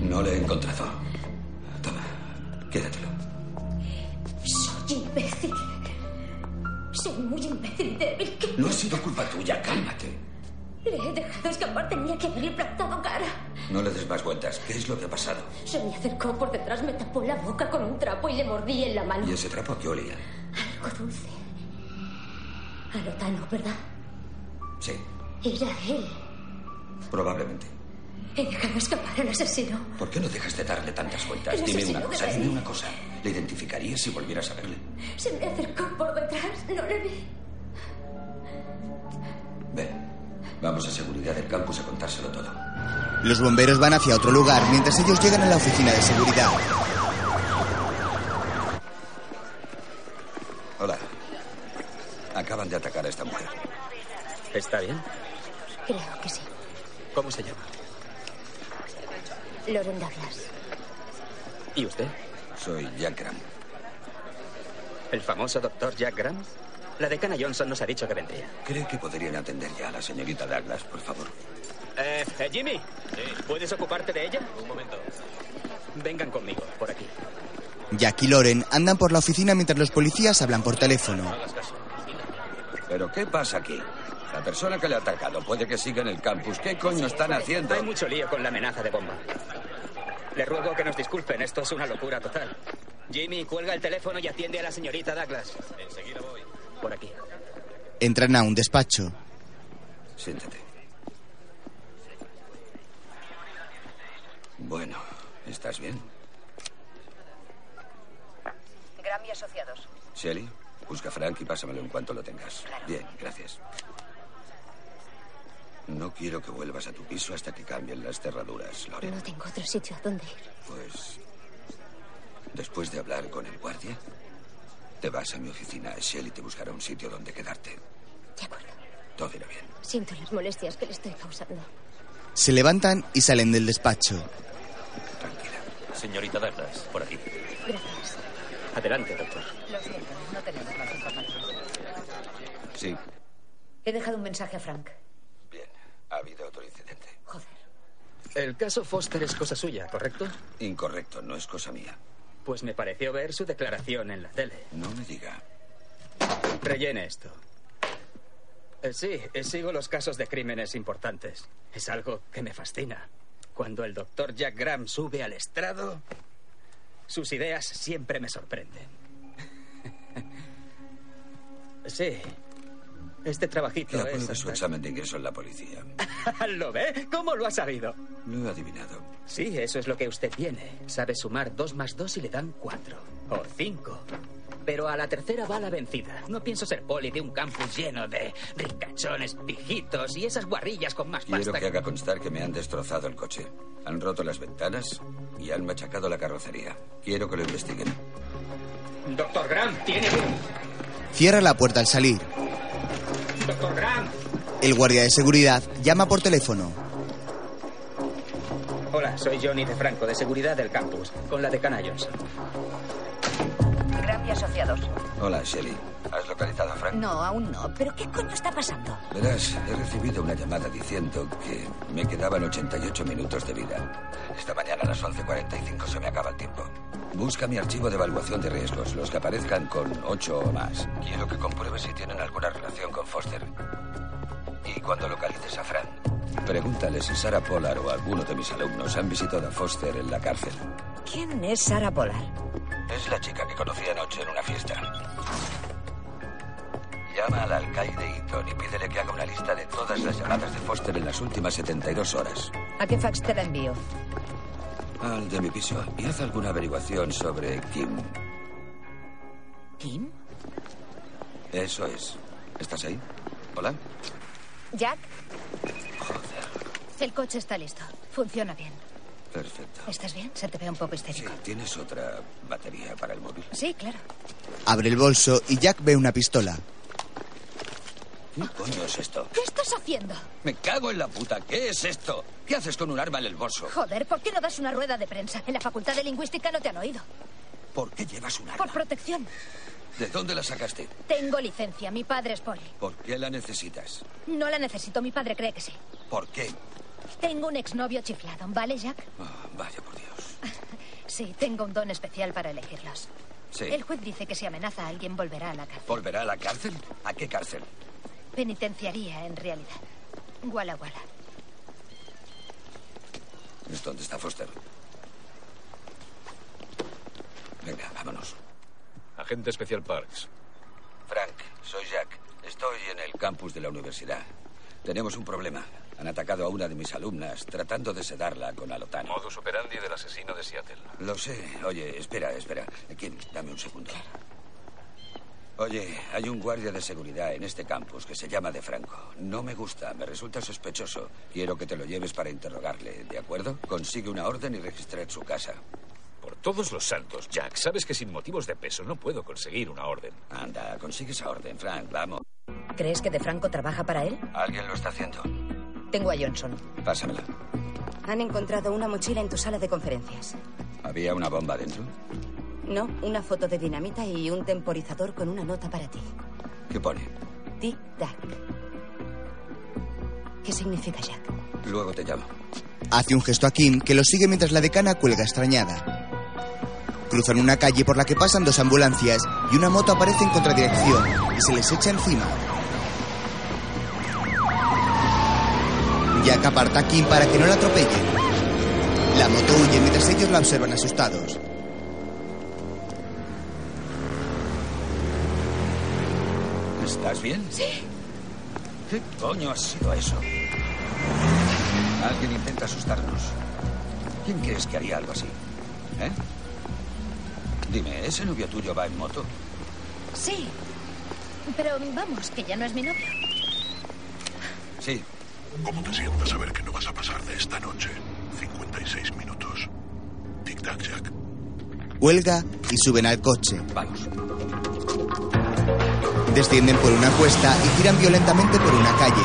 No le he encontrado. Toma, quédatelo. Soy imbécil. Soy muy imbécil y débil. que No ha sido culpa tuya, cálmate. Le he dejado escapar. Tenía que haberle plantado cara. No le des más vueltas. ¿Qué es lo que ha pasado? Se me acercó por detrás, me tapó la boca con un trapo y le mordí en la mano. ¿Y ese trapo a qué olía? Algo dulce. A Lotano, ¿verdad? Sí, Era él. probablemente. He dejado escapar al asesino. ¿Por qué no dejas de darle tantas vueltas? El Dime asesino una de cosa, Berlín. dime una cosa. ¿Le identificarías si volvieras a verle? Se me acercó por detrás, no le vi. Vamos a seguridad del campus a contárselo todo. Los bomberos van hacia otro lugar mientras ellos llegan a la oficina de seguridad. Hola. Acaban de atacar a esta mujer. ¿Está bien? Creo que sí. ¿Cómo se llama? Loren Douglas. ¿Y usted? Soy Jack Graham. ¿El famoso doctor Jack Graham? La decana Johnson nos ha dicho que vendría. ¿Cree que podrían atender ya a la señorita Douglas, por favor? Eh, eh, Jimmy, ¿puedes ocuparte de ella? Un momento. Vengan conmigo, por aquí. Jack y Loren andan por la oficina mientras los policías hablan por teléfono. ¿Pero qué pasa aquí? La persona que le ha atacado puede que siga en el campus. ¿Qué coño están haciendo? Hay mucho lío con la amenaza de bomba. Le ruego que nos disculpen, esto es una locura total. Jimmy, cuelga el teléfono y atiende a la señorita Douglas. Enseguida voy. Por aquí. Entran a un despacho. Siéntate. Bueno, ¿estás bien? Graham y asociados. Shelly, busca a Frank y pásamelo en cuanto lo tengas. Bien, gracias. No quiero que vuelvas a tu piso hasta que cambien las cerraduras, Loren. No tengo otro sitio a donde ir. Pues. Después de hablar con el guardia, te vas a mi oficina. Shelly te buscará un sitio donde quedarte. De acuerdo. Todo irá bien. Siento las molestias que le estoy causando. Se levantan y salen del despacho. Señorita Douglas, por aquí. Gracias. Adelante, doctor. Lo siento, no tenemos más información. Sí, He dejado un mensaje a Frank. ha habido otro incidente. Joder. El caso Foster es cosa suya, ¿correcto? Incorrecto, no es cosa mía. Pues me pareció ver su declaración en la tele. No me diga. Rellene esto. Eh, sí, eh, sigo los casos de crímenes importantes. Es algo que me fascina. Cuando el doctor Jack Graham sube al estrado, sus ideas siempre me sorprenden. sí, este Que trabajito apruebe es... su examen de ingreso en la policía. ¿Lo ve? ¿Cómo lo ha sabido? Lo he adivinado. Sí, eso es lo que usted tiene. Sabe sumar dos más dos y le dan cuatro. O cinco. Pero a la tercera va la vencida. No pienso ser poli de un campus lleno de ricachones, pijitos y esas guarrillas con más Quiero pasta. que haga constar que me han destrozado el coche. Han roto las ventanas y han machacado la carrocería. Quiero que lo investiguen. Doctor Graham, tiene... Cierra la puerta al salir. doctor Graham. El guardia de seguridad llama por teléfono. Hola, soy Johnny de Franco, de seguridad del campus, con la decana Johnson. Graham y asociados. Hola, Shelly. ¿Has localizado a Frank? No, aún no. ¿Pero qué coño está pasando? Verás, he recibido una llamada diciendo que me quedaban 88 minutos de vida. Esta mañana a las 11.45 se me acaba el tiempo. Busca mi archivo de evaluación de riesgos, los que aparezcan con 8 o más. Quiero que compruebes si tienen alguna relación con Foster. Y cuando localices a Frank, pregúntale si Sarah Polar o alguno de mis alumnos han visitado a Foster en la cárcel. ¿Quién es Sara Polar? Es la chica que conocí anoche en una fiesta. Llama al alcaide Eaton y pídele que haga una lista de todas las llamadas de Foster en las últimas 72 horas. ¿A qué fax te la envío? Al de mi piso. Y haz alguna averiguación sobre Kim. ¿Kim? Eso es. ¿Estás ahí? ¿Hola? Jack. El coche está listo. Funciona bien. Perfecto. ¿Estás bien? Se te ve un poco histérico. ¿Tienes otra batería para el móvil? Sí, claro. Abre el bolso y Jack ve una pistola. ¿Qué coño es esto? ¿Qué estás haciendo? Me cago en la puta. ¿Qué es esto? ¿Qué haces con un arma en el bolso? Joder, ¿por qué no das una rueda de prensa? En la facultad de lingüística no te han oído. ¿Por qué llevas un arma? Por protección. ¿De dónde la sacaste? Tengo licencia. Mi padre es poli. ¿Por qué la necesitas? No la necesito. Mi padre cree que sí. ¿Por qué? Tengo un exnovio chiflado, ¿vale, Jack? Ah, vaya por Dios. Sí, tengo un don especial para elegirlos. Sí. El juez dice que si amenaza a alguien volverá a la cárcel. ¿Volverá a la cárcel? ¿A qué cárcel? Penitenciaría, en realidad. Walla Walla. ¿Es ¿Dónde está Foster? Venga, vámonos. Agente especial Parks. Frank, soy Jack. Estoy en el campus de la universidad. Tenemos un problema. Han atacado a una de mis alumnas tratando de sedarla con alotano. Modus operandi del asesino de Seattle. Lo sé. Oye, espera, espera. ¿Quién? Dame un segundo. Oye, hay un guardia de seguridad en este campus que se llama De Franco. No me gusta, me resulta sospechoso. Quiero que te lo lleves para interrogarle, ¿de acuerdo? Consigue una orden y registra en su casa. Por todos los santos, Jack, sabes que sin motivos de peso no puedo conseguir una orden. Anda, consigue esa orden, Frank, vamos. ¿Crees que DeFranco trabaja para él? Alguien lo está haciendo. Tengo a Johnson. Pásamela. Han encontrado una mochila en tu sala de conferencias. ¿Había una bomba dentro? No, una foto de dinamita y un temporizador con una nota para ti. ¿Qué pone? Tic-tac. ¿Qué significa Jack? Luego te llamo. Hace un gesto a Kim, que lo sigue mientras la decana cuelga extrañada. Cruzan una calle por la que pasan dos ambulancias y una moto aparece en contradirección y se les echa encima. Jack aparta a Kim para que no la atropelle. La moto huye mientras ellos la observan asustados. ¿Estás bien? Sí. ¿Qué coño ha sido eso? Alguien intenta asustarnos. ¿Quién crees que haría algo así? ¿Eh? Dime, ¿ese novio tuyo va en moto? Sí. Pero vamos, que ya no es mi novio. Sí. ¿Cómo te sientes saber que no vas a pasar de esta noche? 56 minutos. Tic-tac, Jack. Huelga y suben al coche. Vamos. Descienden por una cuesta y giran violentamente por una calle.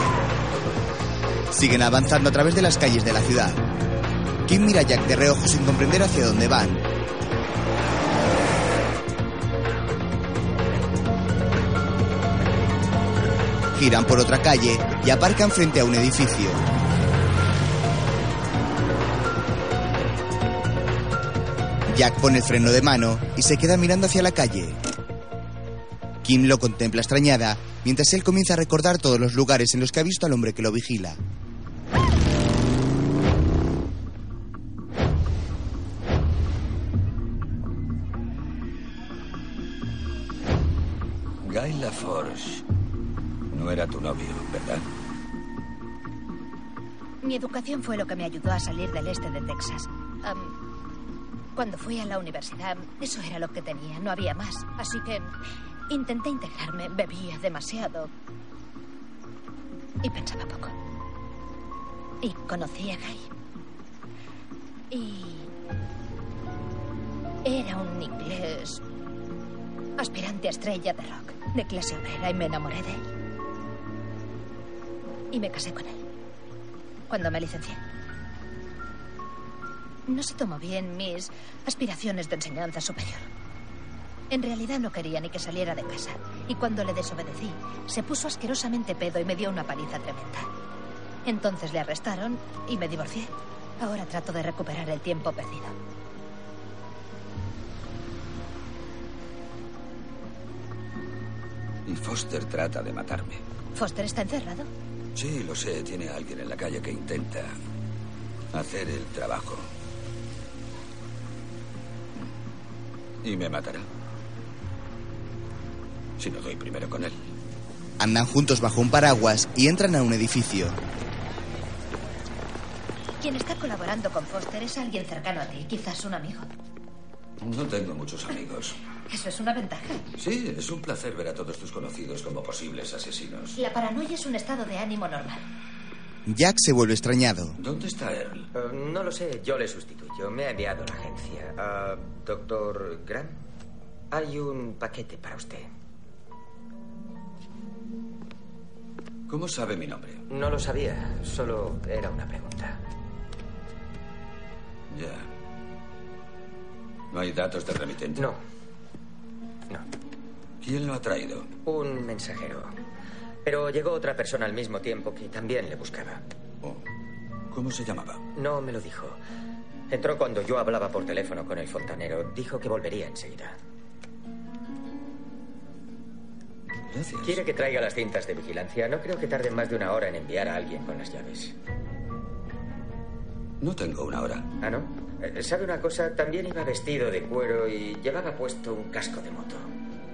Siguen avanzando a través de las calles de la ciudad. Kim mira a Jack de reojo sin comprender hacia dónde van. Giran por otra calle y aparcan frente a un edificio. Jack pone el freno de mano y se queda mirando hacia la calle. Kim lo contempla extrañada mientras él comienza a recordar todos los lugares en los que ha visto al hombre que lo vigila. Guy Laforge no era tu novio, ¿verdad? Mi educación fue lo que me ayudó a salir del este de Texas. Am, cuando fui a la universidad, eso era lo que tenía, no había más. Así que intenté integrarme, bebía demasiado y pensaba poco. Y conocí a Guy. Y era un inglés aspirante a estrella de rock, de clase obrera, y me enamoré de él. y me casé con él. Cuando me licencié. No se tomó bien mis aspiraciones de enseñanza superior. En realidad no quería ni que saliera de casa. Y cuando le desobedecí, se puso asquerosamente pedo y me dio una paliza tremenda. Entonces le arrestaron y me divorcié. Ahora trato de recuperar el tiempo perdido. Y Foster trata de matarme. ¿Foster está encerrado? Sí, lo sé, tiene a alguien en la calle que intenta hacer el trabajo. Y me matará. Si no doy primero con él. Andan juntos bajo un paraguas y entran a un edificio. Quien está colaborando con Foster es alguien cercano a ti, quizás un amigo. No tengo muchos amigos. Eso es una ventaja. Sí, es un placer ver a todos tus conocidos como posibles asesinos. La paranoia es un estado de ánimo normal. Jack se vuelve extrañado. ¿Dónde está Earl? Eh, no lo sé, yo le sustituyo. Me ha enviado la agencia. Ah, Doctor Graham, hay un paquete para usted. ¿Cómo sabe mi nombre? No lo sabía, solo era una pregunta. Ya. ¿No hay datos de remitente? No. No. ¿Quién lo ha traído? Un mensajero. Pero llegó otra persona al mismo tiempo que también le buscaba. Oh. ¿Cómo se llamaba? No me lo dijo. Entró cuando yo hablaba por teléfono con el fontanero. Dijo que volvería enseguida. Gracias. Quiere que traiga las cintas de vigilancia. No creo que tarden más de una hora en enviar a alguien con las llaves. No tengo una hora. ¿Ah, no? Eh, ¿Sabe una cosa? También iba vestido de cuero y llevaba puesto un casco de moto.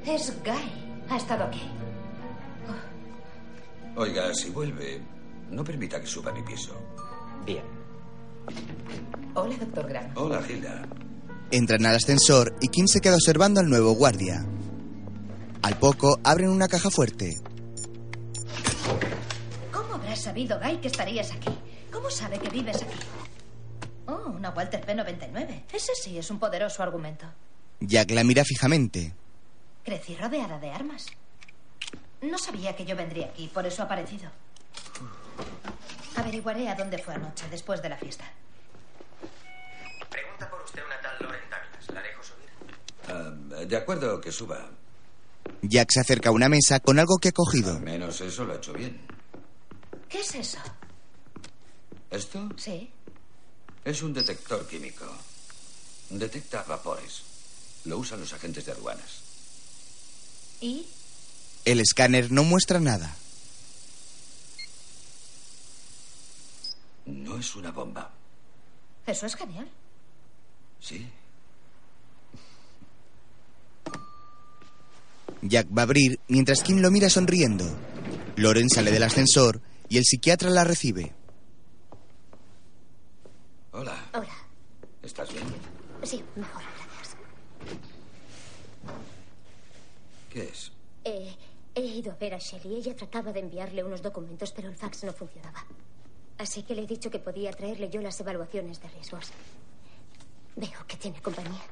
Es Guy. Ha estado aquí. Oiga, si vuelve, no permita que suba a mi piso. Bien. Hola, doctor Graham. Hola, Hilda. Entran al ascensor y Kim se queda observando al nuevo guardia. Al poco abren una caja fuerte. ¿Cómo habrás sabido, Guy, que estarías aquí? ¿Cómo sabe que vives aquí? Oh, una Walter P99. Ese sí es un poderoso argumento. Jack la mira fijamente. Crecí rodeada de armas. No sabía que yo vendría aquí, por eso ha aparecido. Averiguaré a dónde fue anoche, después de la fiesta. Pregunta por usted una tal Loren Douglas. La dejo subir. Ah, de acuerdo que suba. Jack se acerca a una mesa con algo que ha cogido. Al menos eso lo ha hecho bien. ¿Qué es eso? ¿Esto? Sí. Es un detector químico. Detecta vapores. Lo usan los agentes de aduanas. ¿Y? El escáner no muestra nada. No es una bomba. Eso es genial. Sí. Jack va a abrir mientras Kim lo mira sonriendo. Loren sale del ascensor y el psiquiatra la recibe. Hola. Hola. ¿Estás bien? Sí, mejor, gracias. ¿Qué es? Eh, he ido a ver a Shelly. Ella trataba de enviarle unos documentos, pero el fax no funcionaba. Así que le he dicho que podía traerle yo las evaluaciones de riesgos. Veo que tiene compañía.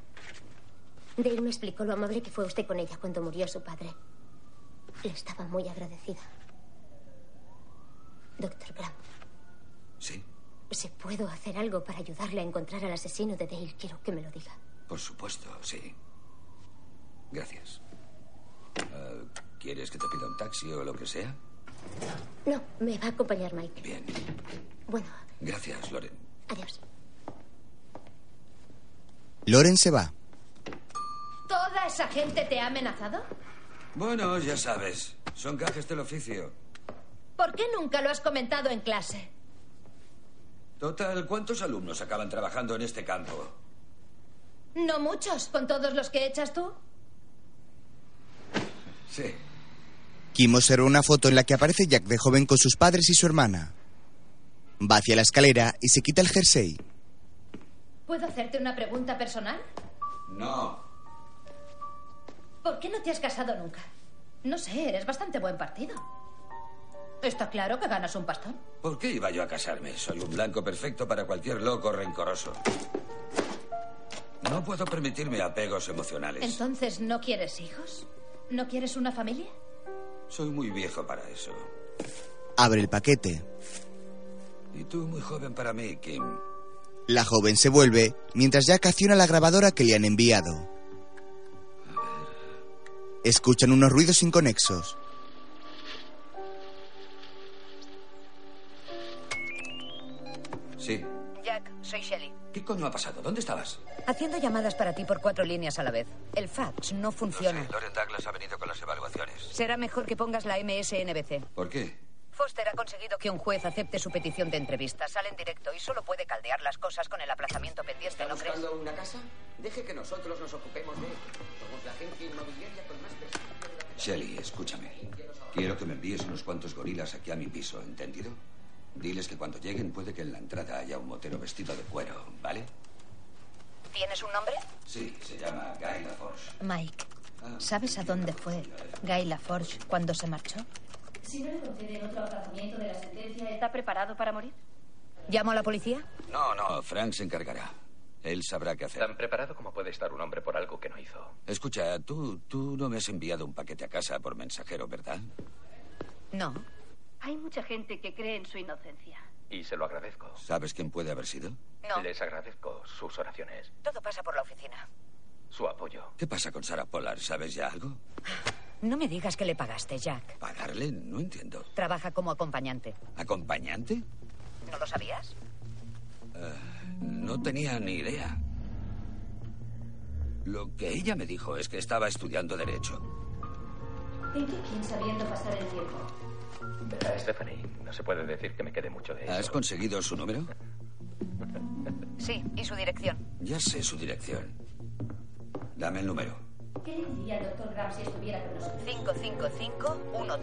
Dale me explicó lo amable que fue usted con ella cuando murió su padre. Le estaba muy agradecida. Doctor Brown. Sí. Si puedo hacer algo para ayudarle a encontrar al asesino de Dale, quiero que me lo diga. Por supuesto, sí. Gracias. Ah, ¿Quieres que te pida un taxi o lo que sea? No, me va a acompañar Mike. Bien. Bueno, Gracias, Loren. adiós. Loren se va. ¿Toda esa gente te ha amenazado? Bueno, ya sabes. Son gajes del oficio. ¿Por qué nunca lo has comentado en clase? Total, ¿cuántos alumnos acaban trabajando en este campo? No muchos, con todos los que echas tú. Sí. Kim observa una foto en la que aparece Jack de joven con sus padres y su hermana. Va hacia la escalera y se quita el jersey. ¿Puedo hacerte una pregunta personal? No. ¿Por qué no te has casado nunca? No sé, eres bastante buen partido. Está claro que ganas un pastón. ¿Por qué iba yo a casarme? Soy un blanco perfecto para cualquier loco rencoroso. No puedo permitirme apegos emocionales. Entonces, ¿no quieres hijos? ¿No quieres una familia? Soy muy viejo para eso. Abre el paquete. Y tú muy joven para mí, Kim. La joven se vuelve mientras Jack acciona la grabadora que le han enviado. Escuchan unos ruidos inconexos. Sí. Jack, soy Shelley. ¿Qué coño ha pasado? ¿Dónde estabas? Haciendo llamadas para ti por cuatro líneas a la vez. El fax no funciona. Sí, Loren Douglas ha venido con las evaluaciones. Será mejor que pongas la MSNBC. ¿Por qué? Foster ha conseguido que un juez acepte su petición de entrevista. Sale en directo y solo puede caldear las cosas con el aplazamiento pendiente, ¿no crees? buscando una casa? Deje que nosotros nos ocupemos de esto. Somos la agencia inmobiliaria con más prestigio de la- Shelly, escúchame. Quiero que me envíes unos cuantos gorilas aquí a mi piso, ¿entendido? Diles que cuando lleguen puede que en la entrada haya un motero vestido de cuero, ¿vale? ¿Tienes un nombre? Sí, se llama Guy LaForge. Mike, Ah, ¿sabes a dónde fue Guy Laforge cuando se marchó? Si no le conceden otro aplazamiento de la sentencia, ¿está preparado para morir? ¿Llamo a la policía? No, no, Frank se encargará. Él sabrá qué hacer. Tan preparado como puede estar un hombre por algo que no hizo. Escucha, tú, tú no me has enviado un paquete a casa por mensajero, ¿verdad? No. Hay mucha gente que cree en su inocencia. Y se lo agradezco. ¿Sabes quién puede haber sido? No. Les agradezco sus oraciones, Todo pasa por la oficina. su apoyo. ¿Qué pasa con Sarah Pollard? ¿Sabes ya algo? No me digas que le pagaste, Jack. ¿Pagarle? No entiendo. Trabaja como acompañante. ¿Acompañante? ¿No lo sabías? No tenía ni idea. Lo que ella me dijo es que estaba estudiando Derecho. ¿En qué quién sabiendo pasar el tiempo? ¿Verdad, Eh, Stephanie? No se puede decir que me quede mucho de eso. ¿Has conseguido su número? Sí, y su dirección. Ya sé su dirección. Dame el número. ¿Qué le diría el doctor Graham si estuviera con nosotros?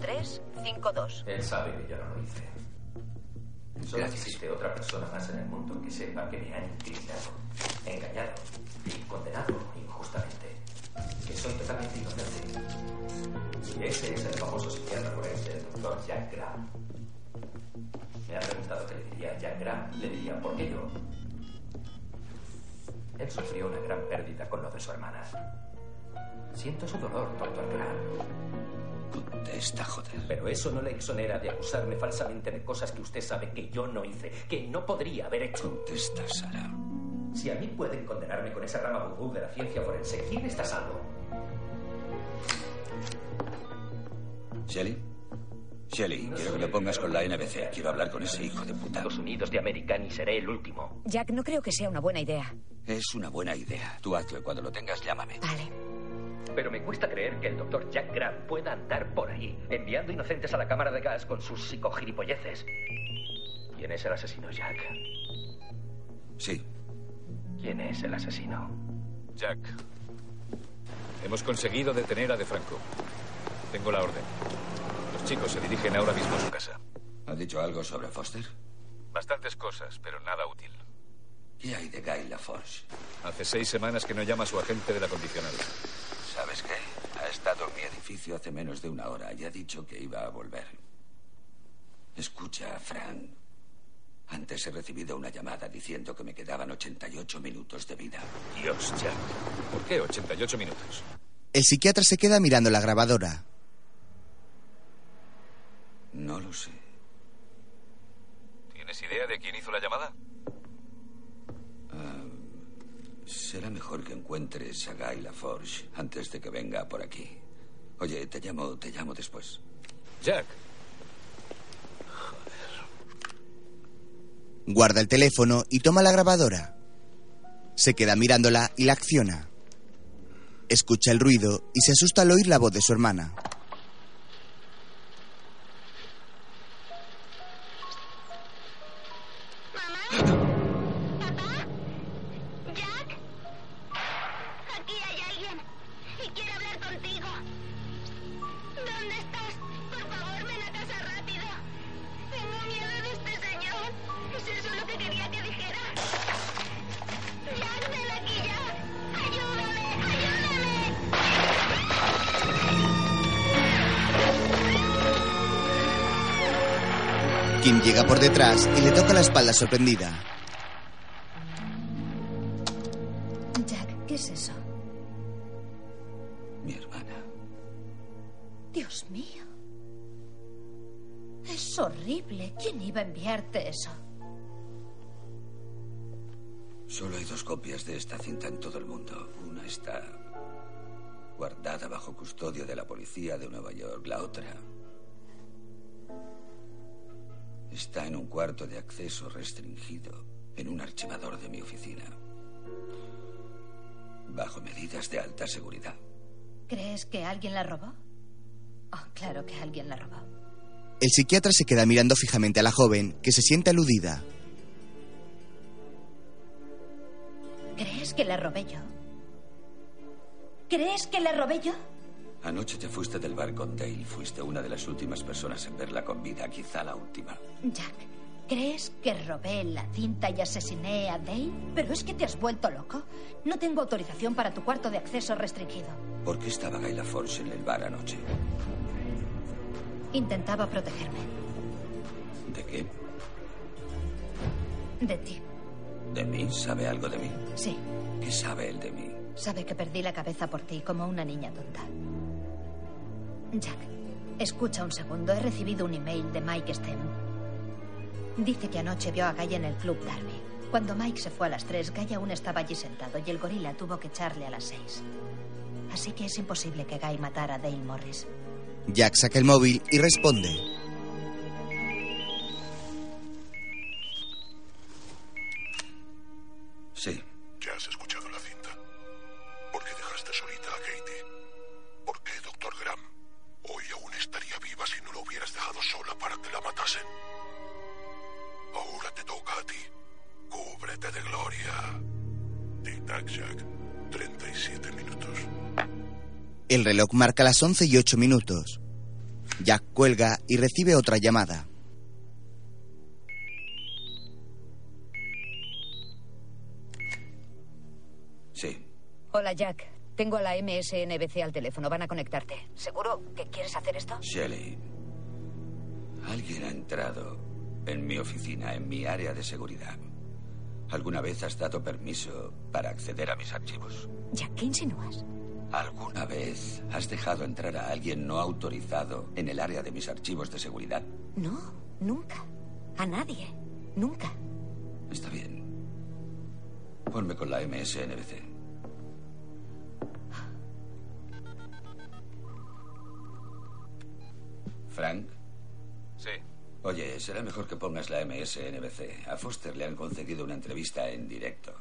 555-1352. Él sabe que yo no lo hice. Solo existe otra persona más en el mundo que sepa que me han intimidado, engañado y condenado injustamente. Que soy totalmente inocente. Y ese es el famoso psiquiatra forense, el doctor Jack Graham. Me ha preguntado qué le diría a Jack Graham. Le diría, ¿por qué yo? Él sufrió una gran pérdida con lo de su hermana. Siento su dolor, doctor Graham. Contesta, joder. Pero eso no le exonera de acusarme falsamente de cosas que usted sabe que yo no hice, que no podría haber hecho. Contesta, Sara. Si a mí pueden condenarme con esa rama vudú de la ciencia forense, ¿quién está a salvo? ¿Shelly? Shelly, quiero que me pongas con la NBC. Quiero hablar con ese hijo de puta. Los Unidos de América ni seré el último. Jack, no creo que sea una buena idea. Es una buena idea. Tú hazlo y cuando lo tengas, llámame. Pero me cuesta creer que el doctor Jack Graham pueda andar por ahí, enviando inocentes a la cámara de gas con sus psicogilipolleces. ¿Quién es el asesino, Jack? Sí. ¿Quién es el asesino? Jack. Hemos conseguido detener a De Franco. Tengo la orden. Los chicos se dirigen ahora mismo a su casa. ¿Ha dicho algo sobre Foster? Bastantes cosas, pero nada útil. ¿Qué hay de Guy LaForge? Hace seis semanas que no llama a su agente de la condicional. ¿Sabes qué? Ha estado en mi edificio hace menos de una hora y ha dicho que iba a volver. Escucha, Frank. Antes he recibido una llamada diciendo que me quedaban 88 minutos de vida. Dios, Jack. ¿Por qué 88 minutos? El psiquiatra se queda mirando la grabadora. No lo sé. ¿Tienes idea de quién hizo la llamada? Ah, será mejor que encuentres a Guy LaForge antes de que venga por aquí. Oye, te llamo, te llamo después. Jack. Guarda el teléfono y toma la grabadora. Se queda mirándola y la acciona. Escucha el ruido y se asusta al oír la voz de su hermana. Aquí hay alguien y quiere hablar contigo. ¿Dónde estás? Por favor, ven a casa rápido. Tengo miedo de este señor. Es eso lo que quería que dijera. Jack, ven aquí ya. Ayúdame, ayúdame. Kim llega por detrás y le toca la espalda sorprendida. Jack, ¿qué es eso? Mi hermana. Dios mío. Es horrible. ¿Quién iba a enviarte eso? Solo hay dos copias de esta cinta en todo el mundo. Una está guardada bajo custodia de la policía de Nueva York. La otra está en un cuarto de acceso restringido, en un archivador de mi oficina, bajo medidas de alta seguridad. ¿Crees que alguien la robó? Oh, claro que alguien la robó. El psiquiatra se queda mirando fijamente a la joven, que se siente aludida. ¿Crees que la robé yo? ¿Crees que la robé yo? Anoche te fuiste del bar con Dale. Fuiste una de las últimas personas en verla con vida, quizá la última. Jack, ¿crees que robé la cinta y asesiné a Dale? Pero es que te has vuelto loco. No tengo autorización para tu cuarto de acceso restringido. ¿Por qué estaba Gaila Force en el bar anoche? Intentaba protegerme ¿De qué? de ti. ¿De mí? ¿Sabe algo de mí? Sí, ¿Qué sabe él de mí? sabe que perdí la cabeza por ti como una niña tonta. Jack, escucha un segundo. He recibido un email de Mike Stem. Dice que anoche vio a Guy en el club Darby. Cuando Mike se fue a las tres, Guy aún estaba allí sentado y el gorila tuvo que echarle a las seis. Así que es imposible que Guy matara a Dale Morris. Jack saca el móvil y responde. Sí. Ya has escuchado la cinta. ¿Por qué dejaste solita a Katie? ¿Por qué, doctor Graham? Hoy aún estaría viva si no la hubieras dejado sola para que la matasen. Ahora te toca a ti. Cúbrete de gloria. Tic-tac, Jack. 37 minutos. El reloj marca las 11 y 8 minutos. Jack cuelga y recibe otra llamada. Sí. Hola, Jack. Tengo a la MSNBC al teléfono. Van a conectarte. ¿Seguro que quieres hacer esto? Shelley, alguien ha entrado en mi oficina, en mi área de seguridad. ¿Alguna vez has dado permiso para acceder a mis archivos? Jack, ¿qué insinúas? ¿Alguna vez has dejado entrar a alguien no autorizado en el área de mis archivos de seguridad? No, nunca. A nadie. Nunca. Está bien. Ponme con la MSNBC. Frank, Sí. oye, será mejor que pongas la MSNBC. A Foster le han concedido una entrevista en directo.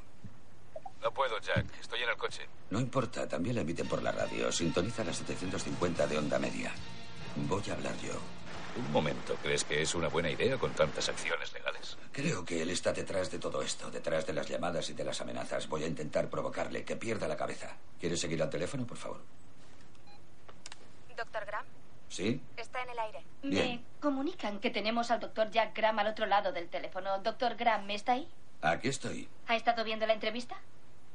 No puedo, Jack. Estoy en el coche. No importa, también la emiten por la radio. Sintoniza la 750 de onda media. Voy a hablar yo. Un momento, ¿crees que es una buena idea con tantas acciones legales? Creo que él está detrás de todo esto, detrás de las llamadas y de las amenazas. Voy a intentar provocarle, que pierda la cabeza. ¿Quieres seguir al teléfono, por favor? Doctor Graham, ¿Sí? está en el aire. Bien. Me comunican que tenemos al doctor Jack Graham al otro lado del teléfono. Doctor Graham, ¿está ahí? Aquí estoy. ¿Ha estado viendo la entrevista?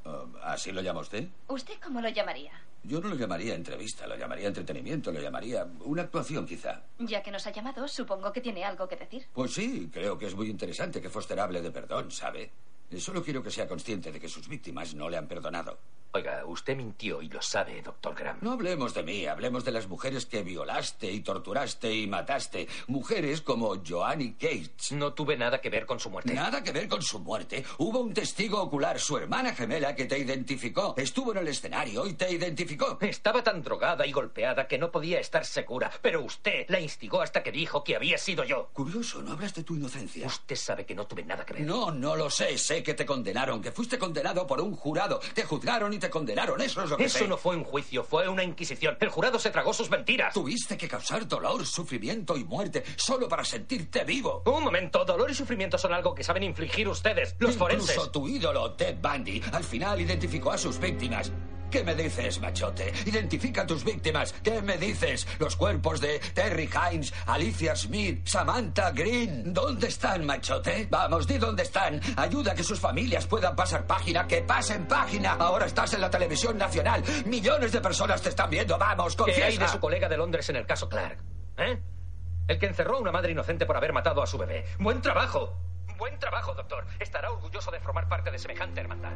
Oh, ¿Así lo llama usted? ¿Usted cómo lo llamaría? Yo no lo llamaría entrevista, lo llamaría entretenimiento, lo llamaría una actuación quizá. Ya que nos ha llamado, supongo que tiene algo que decir. Pues sí, creo que es muy interesante que Foster hable de perdón, ¿sabe? Solo quiero que sea consciente de que sus víctimas no le han perdonado. Oiga, usted mintió y lo sabe, doctor Graham. No hablemos de mí, hablemos de las mujeres que violaste y torturaste y mataste. Mujeres como Joanny Cates. No tuve nada que ver con su muerte. Nada que ver con su muerte. Hubo un testigo ocular, su hermana gemela, que te identificó. Estuvo en el escenario y te identificó. Estaba tan drogada y golpeada que no podía estar segura, pero usted la instigó hasta que dijo que había sido yo. Curioso, no hablas de tu inocencia. Usted sabe que no tuve nada que ver. No, no lo sé. Sé que te condenaron, que fuiste condenado por un jurado. Te juzgaron y te condenaron. Eso es lo que Eso sé. no fue un juicio, fue una inquisición. El jurado se tragó sus mentiras. Tuviste que causar dolor, sufrimiento y muerte solo para sentirte vivo. Un momento, dolor y sufrimiento son algo que saben infligir ustedes, los forenses. Incluso tu ídolo, Ted Bundy, al final identificó a sus víctimas. ¿Qué me dices, machote? Identifica a tus víctimas. ¿Qué me dices? Los cuerpos de Terry Hines, Alicia Smith, Samantha Green. ¿Dónde están, machote? Vamos, di dónde están. Ayuda a que sus familias puedan pasar página, que pasen página. Ahora estás en la televisión nacional. Millones de personas te están viendo. Vamos, ¿Qué confiesa. hay de su colega de Londres en el caso Clark? ¿Eh? El que encerró a una madre inocente por haber matado a su bebé. ¡Buen trabajo! Buen trabajo, doctor. Estará orgulloso de formar parte de semejante hermandad.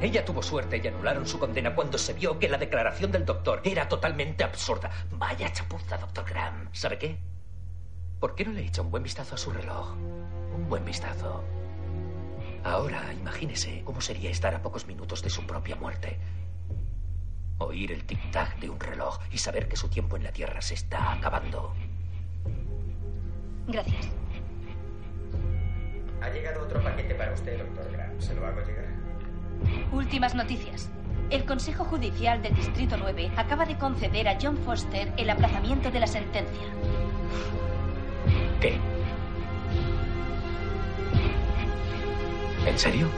Ella tuvo suerte y anularon su condena cuando se vio que la declaración del doctor era totalmente absurda. Vaya chapuza, doctor Graham. ¿Sabe qué? ¿Por qué no le echa un buen vistazo a su reloj? Un buen vistazo. Ahora, imagínese cómo sería estar a pocos minutos de su propia muerte. Oír el tic-tac de un reloj y saber que su tiempo en la Tierra se está acabando. Gracias. Ha llegado otro paquete para usted, doctor Graham. Se lo hago llegar. Últimas noticias. El Consejo Judicial del Distrito 9 acaba de conceder a John Foster el aplazamiento de la sentencia. ¿Qué? ¿En serio?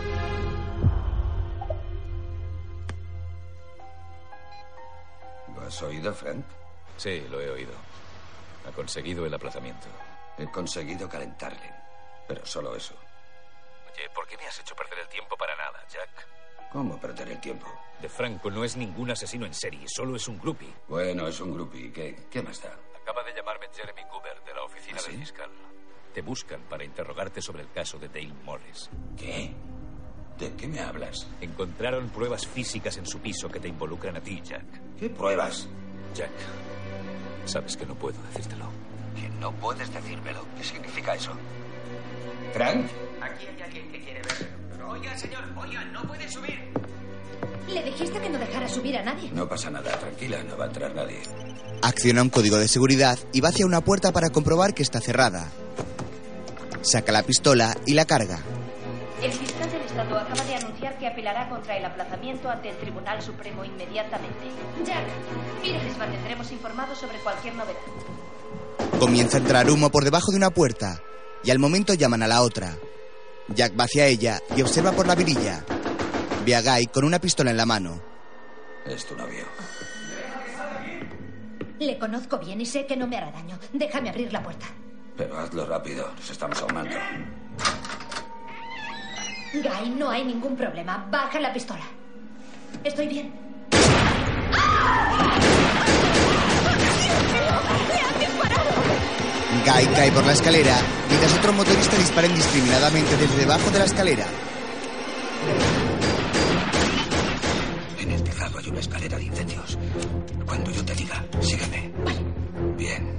¿Lo has oído, Frank? Sí, lo he oído. Ha conseguido el aplazamiento. He conseguido calentarle. Pero solo eso. Oye, ¿por qué me has hecho perder el tiempo para nada, Jack? ¿Cómo perder el tiempo? De Franco no es ningún asesino en serie, solo es un groupie. Bueno, es un groupie. ¿Qué, qué más da? ¿Ah, Acaba de llamarme Jeremy Cooper de la oficina del fiscal. Te buscan para interrogarte sobre el caso de Dale Morris. ¿Qué? ¿De qué me hablas? Encontraron pruebas físicas en su piso que te involucran a ti, Jack. ¿Qué pruebas? Jack, sabes que no puedo decírtelo. Que no puedes decírmelo. ¿Qué significa eso? ¿Frank? Aquí hay alguien que quiere verlo. Oiga, señor, oiga, no puede subir. Le dijiste que no dejara subir a nadie. No pasa nada, tranquila, no va a entrar nadie. Acciona un código de seguridad y va hacia una puerta para comprobar que está cerrada. Saca la pistola y la carga. El fiscal del Estado acaba de anunciar que apelará contra el aplazamiento ante el Tribunal Supremo inmediatamente. Jack, mira, les mantendremos informados sobre cualquier novedad. Comienza a entrar humo por debajo de una puerta y al momento llaman a la otra. Jack va hacia ella y observa por la virilla. Ve a Guy con una pistola en la mano. Es tu novio. Le conozco bien y sé que no me hará daño. Déjame abrir la puerta. Pero hazlo rápido, nos estamos ahumando. Guy, no hay ningún problema. Baja la pistola. Estoy bien. Guy cae por la escalera mientras otro motorista dispara indiscriminadamente desde debajo de la escalera. En el tejado hay una escalera de incendios. Cuando yo te diga, sígueme. Bien.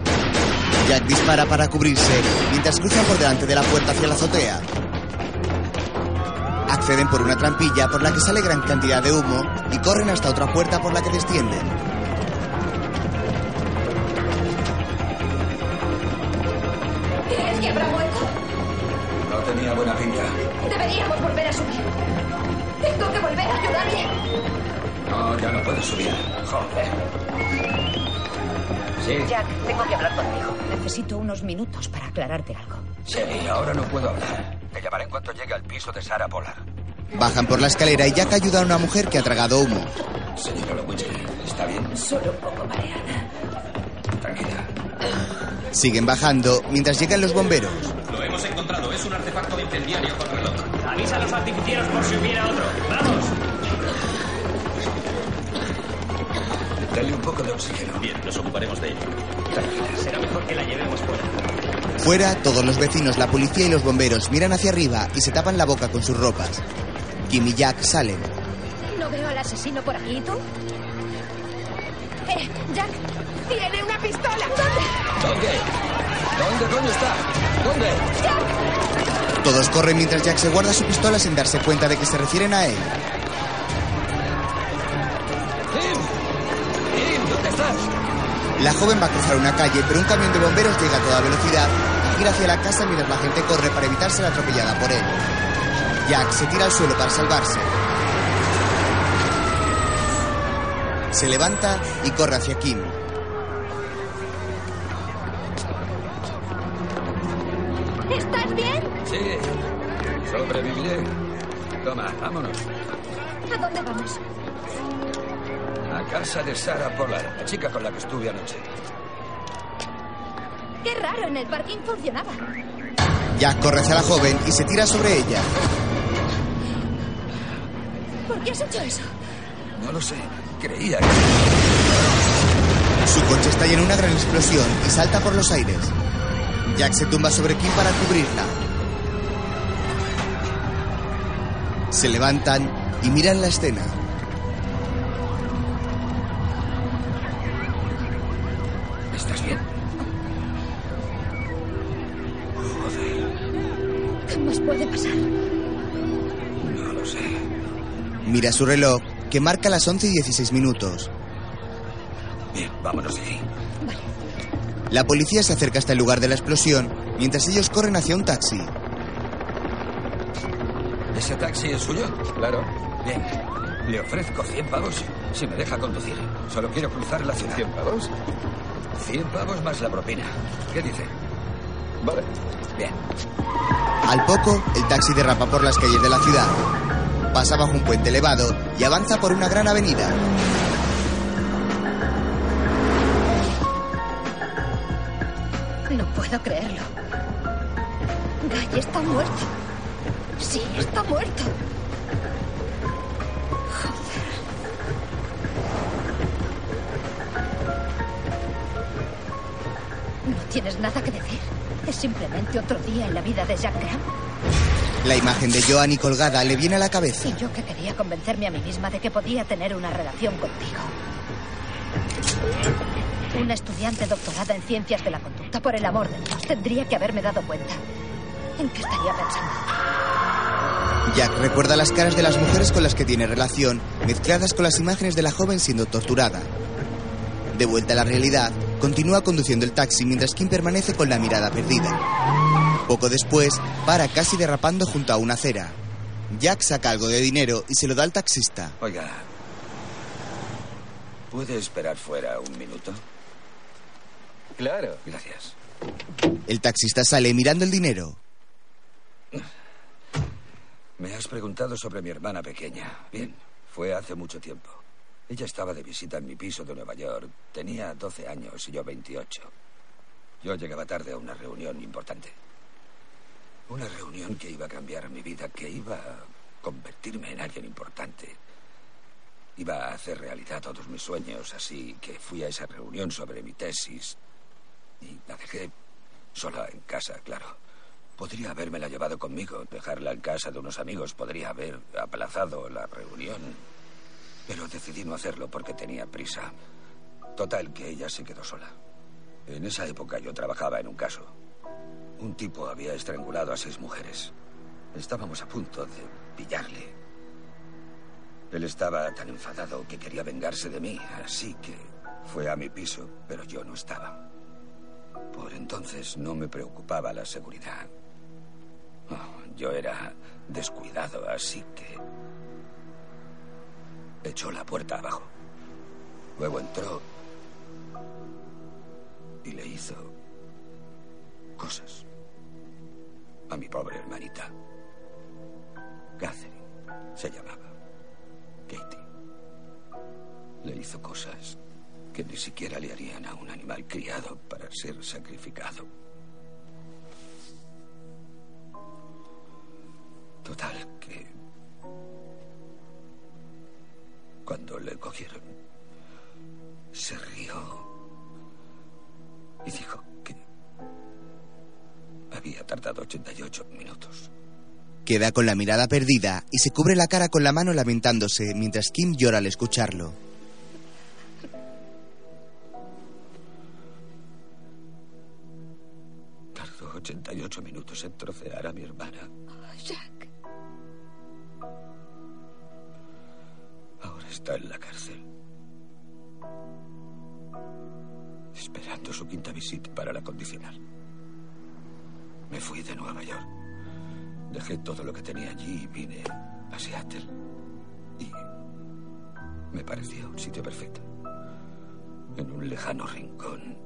Jack dispara para cubrirse mientras cruzan por delante de la puerta hacia la azotea. Acceden por una trampilla por la que sale gran cantidad de humo y corren hasta otra puerta por la que descienden. ¿Crees que habrá muerto? No tenía buena pinta. Deberíamos volver a subir. Tengo que volver a ayudarle. No, ya no puedo subir. Joder. Sí, Jack, tengo que hablar contigo. Necesito unos minutos para aclararte algo. Sherry, ahora no puedo hablar. Te llamaré en cuanto llegue al piso de Sara Polar. Bajan por la escalera y Jack ayuda a una mujer que ha tragado humo. Señora Lowicki, ¿está bien? Solo un poco mareada. Tranquila. Siguen bajando mientras llegan los bomberos. Lo hemos encontrado. Es un artefacto incendiario con reloj. Avisa a los artificieros por si hubiera otro. ¡Vamos! Dale un poco de oxígeno. Bien, nos ocuparemos de ello. Tranquila, será mejor que la llevemos fuera. Fuera, todos los vecinos, la policía y los bomberos miran hacia arriba y se tapan la boca con sus ropas. Kim y Jack salen. No veo al asesino por aquí. ¿Y tú? Eh, Jack, tírale una pistola. ¿Dónde? ¿Dónde? ¿Dónde está? ¿Dónde? Todos corren mientras Jack se guarda su pistola sin darse cuenta de que se refieren a él. ¡Jim! ¡Jim! ¿Dónde estás? La joven va a cruzar una calle, pero un camión de bomberos llega a toda velocidad y gira hacia la casa mientras la gente corre para evitar ser atropellada por él. Jack se tira al suelo para salvarse. Se levanta y corre hacia Kim. ¿Estás bien? Sí. Sobreviviré. Toma, vámonos. ¿A dónde vamos? A casa de Sara Polar, la chica con la que estuve anoche. Qué raro, en el parking funcionaba. Jack corre hacia la joven y se tira sobre ella. ¿Por qué has hecho eso? No lo sé. Creía que... Su coche estalla en una gran explosión y salta por los aires. Jack se tumba sobre Kim para cubrirla. Se levantan y miran la escena. ¿Estás bien? Mira su reloj, que marca las 11 y 16 minutos. Bien, vámonos de aquí. La policía se acerca hasta el lugar de la explosión, mientras ellos corren hacia un taxi. ¿Ese taxi es suyo? Claro. Bien. Le ofrezco 100 pavos si me deja conducir. Solo quiero cruzar la ciudad. ¿100 pavos? 100 pavos más la propina. ¿Qué dice? Vale. Bien. Al poco, el taxi derrapa por las calles de la ciudad. Pasa bajo un puente elevado y avanza por una gran avenida. No puedo creerlo. Guy está muerto. Sí, está muerto. Joder. ¿No tienes nada que decir? Es simplemente otro día en la vida de Jack Graham. La imagen de Joanny colgada le viene a la cabeza. Y yo que quería convencerme a mí misma de que podía tener una relación contigo. Una estudiante doctorada en ciencias de la conducta, por el amor de Dios, tendría que haberme dado cuenta. ¿En qué estaría pensando? Jack recuerda las caras de las mujeres con las que tiene relación, mezcladas con las imágenes de la joven siendo torturada. De vuelta a la realidad, continúa conduciendo el taxi mientras Kim permanece con la mirada perdida. Poco después, para casi derrapando junto a una acera. Jack saca algo de dinero y se lo da al taxista. Oiga. ¿Puede esperar fuera un minuto? Claro. Gracias. El taxista sale mirando el dinero. Me has preguntado sobre mi hermana pequeña. Bien, fue hace mucho tiempo. Ella estaba de visita en mi piso de Nueva York. Tenía 12 años y yo 28. Yo llegaba tarde a una reunión importante. Una reunión que iba a cambiar mi vida, que iba a convertirme en alguien importante. Iba a hacer realidad todos mis sueños, así que fui a esa reunión sobre mi tesis y la dejé sola en casa, claro. Podría habérmela llevado conmigo, dejarla en casa de unos amigos, podría haber aplazado la reunión. Pero decidí no hacerlo porque tenía prisa. Total, que ella se quedó sola. En esa época yo trabajaba en un caso. Un tipo había estrangulado a seis mujeres. Estábamos a punto de pillarle. Él estaba tan enfadado que quería vengarse de mí, así que fue a mi piso, pero yo no estaba. Por entonces no me preocupaba la seguridad. Oh, yo era descuidado, así que echó la puerta abajo. Luego entró y le hizo cosas a mi pobre hermanita. Catherine se llamaba. Katie. Le hizo cosas que ni siquiera le harían a un animal criado para ser sacrificado. Total que cuando le cogieron se rió y dijo que había tardado 88 minutos. Queda con la mirada perdida y se cubre la cara con la mano lamentándose mientras Kim llora al escucharlo. Tardó 88 minutos en trocear a mi hermana. Jack, Ahora está en la cárcel. Esperando su quinta visita para la condicional. Me fui de Nueva York. Dejé todo lo que tenía allí y vine a Seattle. Y me parecía un sitio perfecto. En un lejano rincón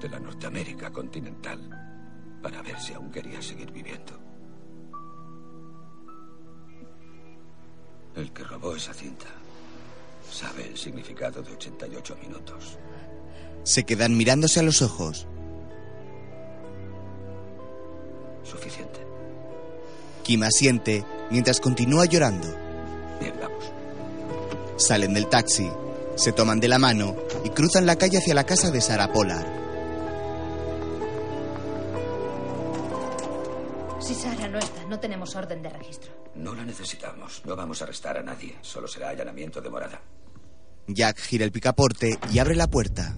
de la Norteamérica continental para ver si aún quería seguir viviendo. El que robó esa cinta sabe el significado de 88 minutos. Se quedan mirándose a los ojos. Suficiente. Kim asiente mientras continúa llorando. Bien, vamos. Salen del taxi, se toman de la mano y cruzan la calle hacia la casa de Sarah Polar. si Sara no está, no tenemos orden de registro. No la necesitamos. No vamos a arrestar a nadie. Solo será allanamiento de morada. Jack gira el picaporte y abre la puerta.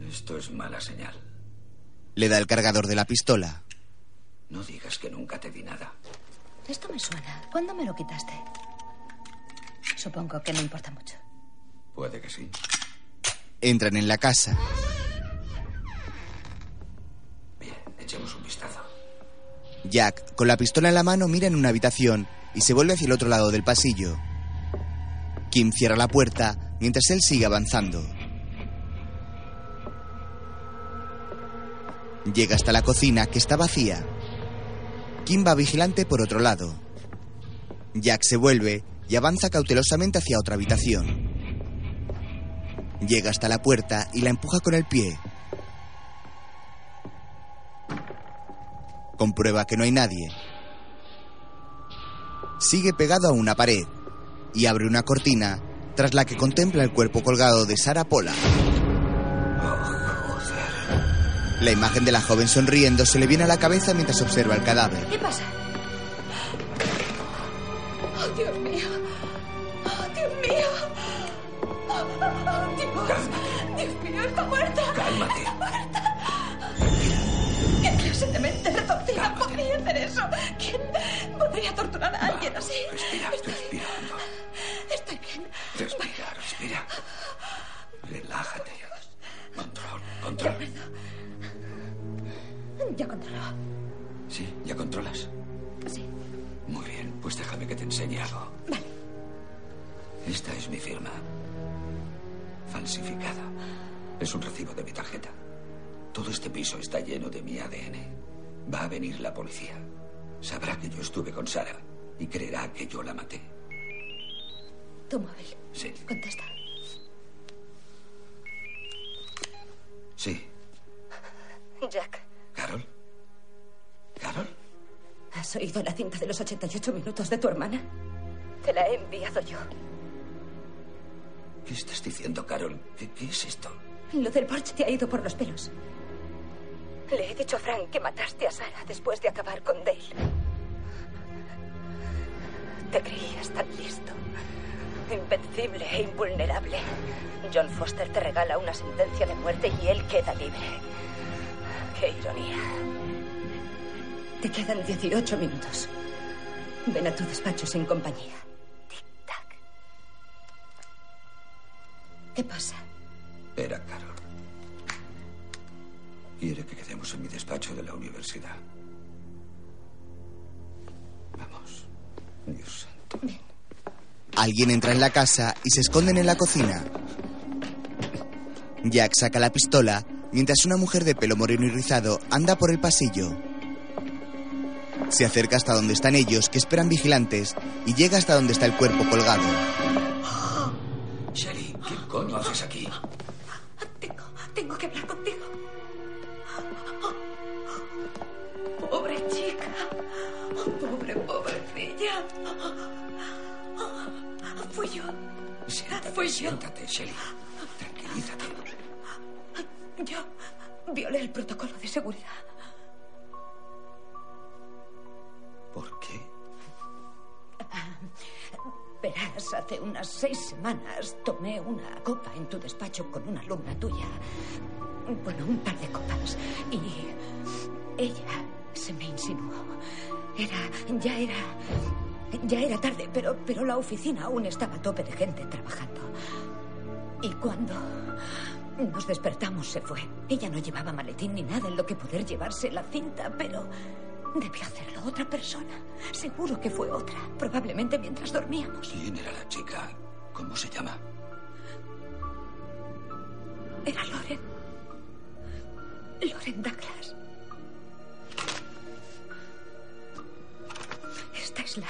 Esto es mala señal. Le da el cargador de la pistola. No digas que nunca te di nada. Esto me suena. ¿Cuándo me lo quitaste? Supongo que no importa mucho. Puede que sí. Entran en la casa. Echemos un vistazo. Jack, con la pistola en la mano, mira en una habitación y se vuelve hacia el otro lado del pasillo. Kim cierra la puerta mientras él sigue avanzando. Llega hasta la cocina, que está vacía. Kim va vigilante por otro lado. Jack se vuelve y avanza cautelosamente hacia otra habitación. Llega hasta la puerta y la empuja con el pie. Comprueba que no hay nadie. Sigue pegado a una pared y abre una cortina tras la que contempla el cuerpo colgado de Sara Pola. La imagen de la joven sonriendo se le viene a la cabeza mientras observa el cadáver. ¿Qué pasa? Oh, Dios mío. Oh, Dios mío. Oh, oh, Dios. Dios mío, está muerta. Cálmate. Está muerta. ¿Qué clase de mente retorcida podría hacer eso? ¿Quién podría torturar a alguien así? Respira, estoy respirando. Estoy bien. Respira, respira. Relájate. Control, control. Ya controlo. Sí, ¿ya controlas? Sí. Muy bien, pues déjame que te enseñe algo. Vale. Esta es mi firma. Falsificada. Es un recibo de mi tarjeta. Todo este piso está lleno de mi ADN. Va a venir la policía. Sabrá que yo estuve con Sara y creerá que yo la maté. Tu móvil. Sí. Contesta. Sí. Jack, ¿Carol? ¿Carol? ¿has oído la cinta de los 88 minutos de tu hermana? Te la he enviado yo. ¿Qué estás diciendo, Carol? ¿Qué, qué es esto? Lo del Borch te ha ido por los pelos. Le he dicho a Frank que mataste a Sara después de acabar con Dale. Te creías tan listo, invencible e invulnerable. John Foster te regala una sentencia de muerte y él queda libre. Qué ironía. Te quedan 18 minutos. Ven a tu despacho sin compañía. Tic-tac. ¿Qué pasa? Era Carol. Quiere que quedemos en mi despacho de la universidad. Vamos. Dios santo. Alguien entra en la casa y se esconden en la cocina. Jack saca la pistola mientras una mujer de pelo moreno y rizado anda por el pasillo. Se acerca hasta donde están ellos, que esperan vigilantes, y llega hasta donde está el cuerpo colgado. Sherry, ¿qué coño haces aquí? Tengo que hablar contigo. Oh, Pobre chica. Pobre, pobrecilla. Fui yo. Siéntate, Fui yo. siéntate, Shelly. Tranquilízate. Yo violé el protocolo de seguridad. ¿Por qué? Verás, hace unas seis semanas tomé una copa en tu despacho con una alumna tuya. Bueno, un par de copas. Y ella se me insinuó. Era, ya era, ya era tarde, pero, pero la oficina aún estaba a tope de gente trabajando. Y cuando nos despertamos se fue. Ella no llevaba maletín ni nada en lo que poder llevarse la cinta, pero debió hacerlo otra persona. Seguro que fue otra, probablemente mientras dormíamos. ¿Quién era la chica? ¿Cómo se llama? Era Loren. Loren Douglas. Esta es la.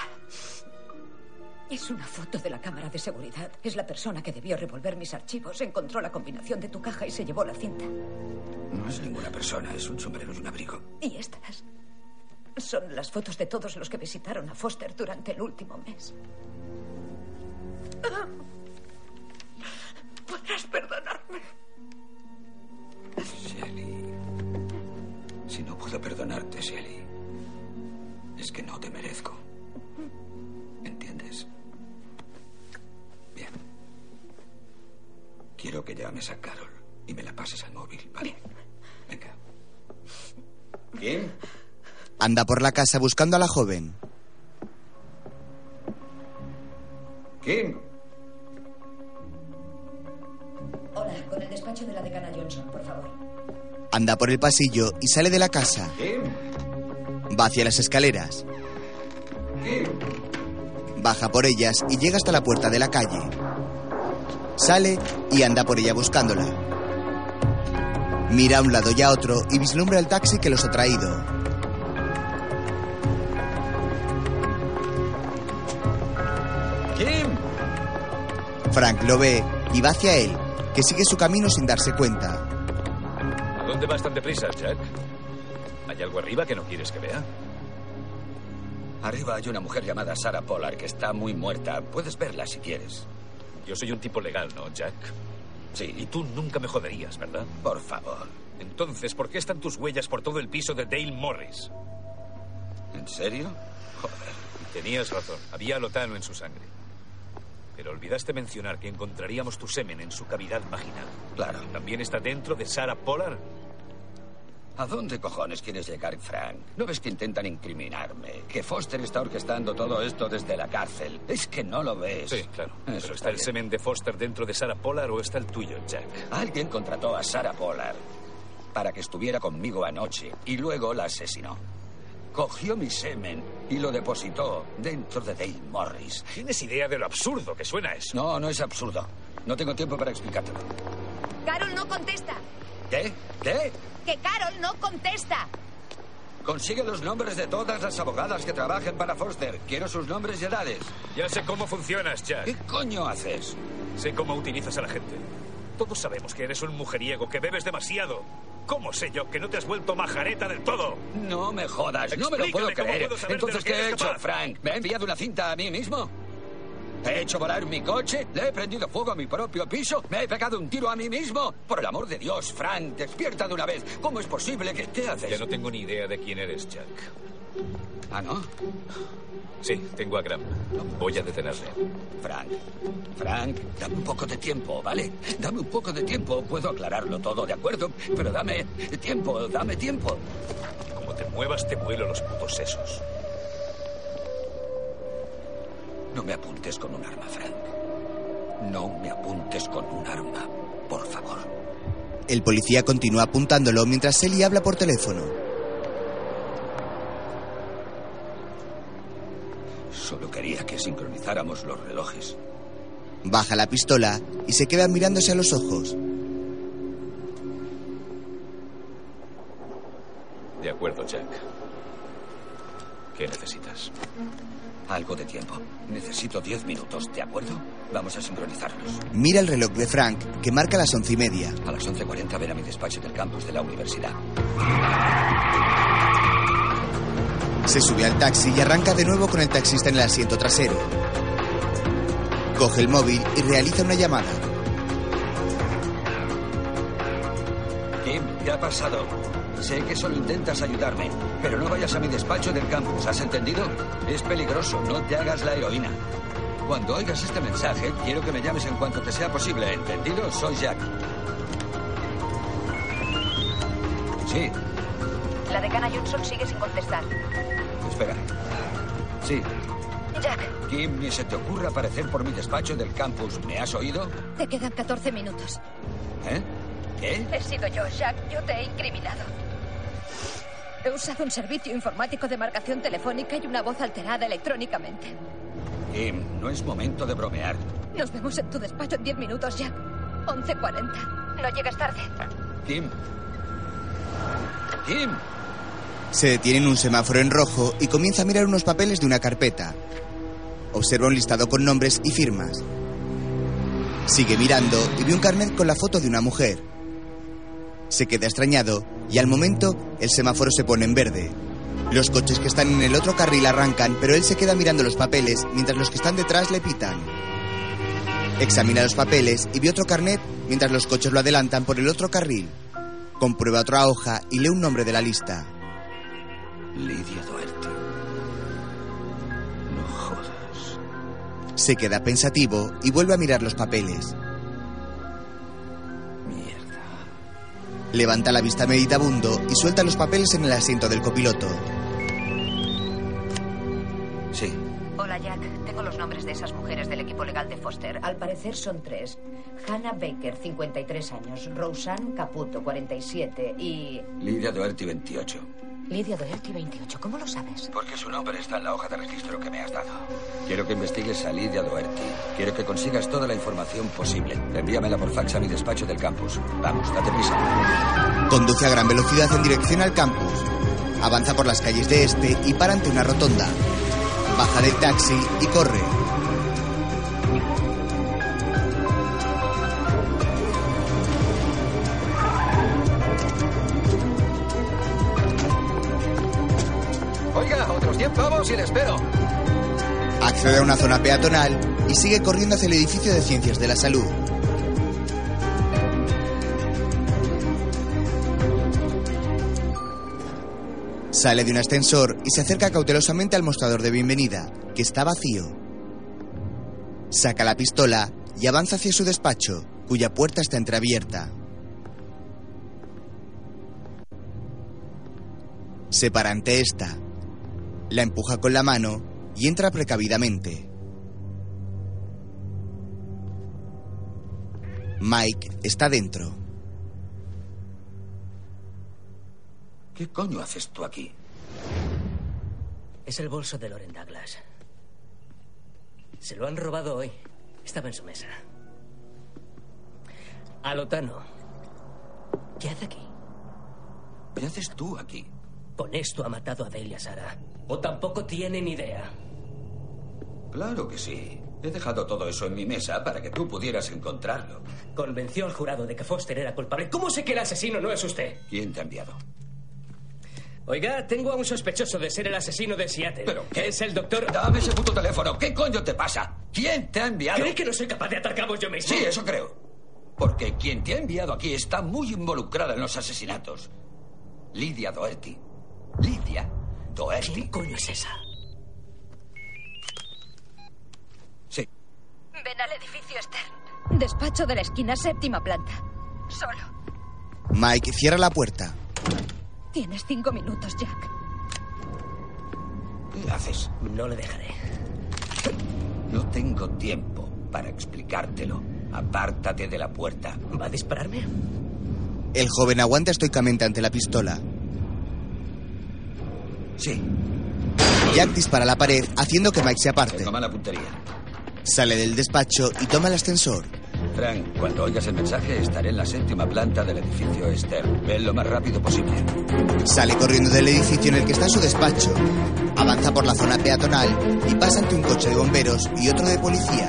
Es una foto de la cámara de seguridad. Es la persona que debió revolver mis archivos, encontró la combinación de tu caja y se llevó la cinta. No es ninguna persona, es un sombrero y un abrigo. Y estas son las fotos de todos los que visitaron a Foster durante el último mes. Podrás perdonarme. Shelly. Si no puedo perdonarte, Shelly, es que no te merezco. ¿Entiendes? Bien. Quiero que llames a Carol y me la pases al móvil, ¿vale? Venga. Anda por la casa buscando a la joven. Kim, Hola, con el despacho de la decana Johnson, por favor. Anda por el pasillo y sale de la casa. Va hacia las escaleras. Baja por ellas y llega hasta la puerta de la calle. Sale y anda por ella buscándola. Mira a un lado y a otro y vislumbra el taxi que los ha traído. Frank lo ve y va hacia él, que sigue su camino sin darse cuenta. ¿A dónde vas tan deprisa, Jack? ¿Hay algo arriba que no quieres que vea? arriba hay una mujer llamada Sarah Pollard que está muy muerta. Puedes verla si quieres. Yo soy un tipo legal, ¿no, Jack? Sí, y tú nunca me joderías, ¿verdad? Por favor. Entonces, ¿por qué están tus huellas por todo el piso de Dale Morris? ¿En serio? Joder. Tenías razón, había alotano en su sangre. Pero olvidaste mencionar que encontraríamos tu semen en su cavidad vaginal. Claro. ¿También está dentro de Sarah Pollard? ¿A dónde cojones quieres llegar, Frank? ¿No ves que intentan incriminarme? ¿Que Foster está orquestando todo esto desde la cárcel? ¿Es que no lo ves? Sí, claro. Eso ¿Pero está está el bien. semen de Foster dentro de Sarah Pollard o está el tuyo, Jack? Alguien contrató a Sarah Pollard para que estuviera conmigo anoche y luego la asesinó. Cogió mi semen y lo depositó dentro de Dale Morris. ¿Tienes idea de lo absurdo que suena eso? No, no es absurdo. No tengo tiempo para explicártelo. Carol no contesta. ¿Qué? ¿Qué? Que Carol no contesta. Consigue los nombres de todas las abogadas que trabajen para Foster. Quiero sus nombres y edades. Ya sé cómo funcionas, Jack. ¿Qué coño haces? Sé cómo utilizas a la gente. Todos sabemos que eres un mujeriego, que bebes demasiado. ¿Cómo sé yo que no te has vuelto majareta del todo? No me jodas, no me lo puedo Explícame cómo creer. puedo saber de Entonces, lo ¿qué que he eres hecho, capaz? Frank? ¿Me he enviado una cinta a mí mismo? ¿He hecho volar mi coche? ¿Le he prendido fuego a mi propio piso? ¿Me he pegado un tiro a mí mismo? Por el amor de Dios, Frank, despierta de una vez. ¿Cómo es posible que qué haces? Ya no tengo ni idea de quién eres, Jack. ¿Ah, no? Sí, tengo a Graham. Voy a detenerle. Frank, Frank, dame un poco de tiempo, ¿vale? Dame un poco de tiempo. Puedo aclararlo todo, ¿de acuerdo? Pero dame tiempo, dame tiempo. Como te muevas, te vuelo los putos sesos. No me apuntes con un arma, Frank. No me apuntes con un arma, por favor. El policía continúa apuntándolo mientras Ellie habla por teléfono. Solo quería que sincronizáramos los relojes. Baja la pistola y se queda mirándose a los ojos. De acuerdo, Jack. ¿Qué necesitas? Algo de tiempo. Necesito diez minutos, ¿de acuerdo? Vamos a sincronizarlos. Mira el reloj de Frank, que marca las once y media. A las 11.40 ven a mi despacho del campus de la universidad. Se sube al taxi y arranca de nuevo con el taxista en el asiento trasero. Coge el móvil y realiza una llamada. Kim, ¿qué ha pasado? Sé que solo intentas ayudarme, pero no vayas a mi despacho del campus, ¿has entendido? Es peligroso, no te hagas la heroína. Cuando oigas este mensaje, quiero que me llames en cuanto te sea posible, ¿entendido? Soy Jack. Sí, La decana Johnson sigue sin contestar. espera. Sí, Jack, Kim, ni se te ocurra aparecer por mi despacho del campus, ¿me has oído? te quedan 14 minutos. ¿Eh? ¿Qué? He sido yo, Jack. Yo te he incriminado. He usado un servicio informático de marcación telefónica y una voz alterada electrónicamente. Kim, no es momento de bromear. Nos vemos en tu despacho en 10 minutos, Jack. 11.40. No llegas tarde. Kim. Kim. Se detiene en un semáforo en rojo y comienza a mirar unos papeles de una carpeta. Observa un listado con nombres y firmas. Sigue mirando y ve un carnet con la foto de una mujer. Se queda extrañado y al momento el semáforo se pone en verde. Los coches que están en el otro carril arrancan, pero él se queda mirando los papeles mientras los que están detrás le pitan. Examina los papeles y ve otro carnet mientras los coches lo adelantan por el otro carril. Comprueba otra hoja y lee un nombre de la lista. Lidia Duarte. No jodas. Se queda pensativo y vuelve a mirar los papeles. Mierda. Levanta la vista meditabundo y suelta los papeles en el asiento del copiloto. Sí, Hola, Jack. Tengo los nombres de esas mujeres del equipo legal de Foster. Al parecer son tres. Hannah Baker, 53 años. Roseanne Caputo, 47. Y... Lidia Doherty, 28. Lidia Doherty, 28. ¿Cómo lo sabes? Porque su nombre está en la hoja de registro que me has dado. Quiero que investigues a Lidia Doherty. Quiero que consigas toda la información posible. Envíamela por fax a mi despacho del campus. Vamos, date prisa. Conduce a gran velocidad en dirección al campus. Avanza por las calles de este y para ante una rotonda. Baja del taxi y corre. Oiga, otros 10 pavos y le espero. Accede a una zona peatonal y sigue corriendo hacia el edificio de Ciencias de la Salud. Sale de un ascensor y se acerca cautelosamente al mostrador de bienvenida, que está vacío. Saca la pistola y avanza hacia su despacho, cuya puerta está entreabierta. Se para ante esta, la empuja con la mano y entra precavidamente. Mike está dentro. ¿Qué coño haces tú aquí? Es el bolso de Loren Douglas. Se lo han robado hoy. Estaba en su mesa. Alotano, ¿qué hace aquí? ¿Qué haces tú aquí? Con esto ha matado a Delia Sara. O tampoco tienen idea. Claro que sí. He dejado todo eso en mi mesa para que tú pudieras encontrarlo. Convenció al jurado de que Foster era culpable. ¿Cómo sé que el asesino no es usted? ¿Quién te ha enviado? Oiga, tengo a un sospechoso de ser el asesino de Seattle. ¿Pero qué? Es el doctor... Dame ese puto teléfono. ¿Qué coño te pasa? ¿Quién te ha enviado? ¿Cree que no soy capaz de atar cabos yo mismo? Sí, eso creo. Porque quien te ha enviado aquí está muy involucrada en los asesinatos. Lidia Doherty. Lidia Doherty. ¿Quién coño es esa? Sí. Ven al edificio Stern. Despacho de la esquina, séptima planta. Solo. Mike cierra la puerta. Tienes cinco minutos, Jack. ¿Qué haces? No le dejaré. No tengo tiempo para explicártelo. Apártate de la puerta. ¿Va a dispararme? El joven aguanta estoicamente ante la pistola. Sí. Jack dispara a la pared, haciendo que Mike se aparte. Toma la puntería. Sale del despacho y toma el ascensor. Frank, cuando oigas el mensaje estaré en la séptima planta del edificio Stern. Ven lo más rápido posible. Sale corriendo del edificio en el que está su despacho. Avanza por la zona peatonal y pasa ante un coche de bomberos y otro de policía.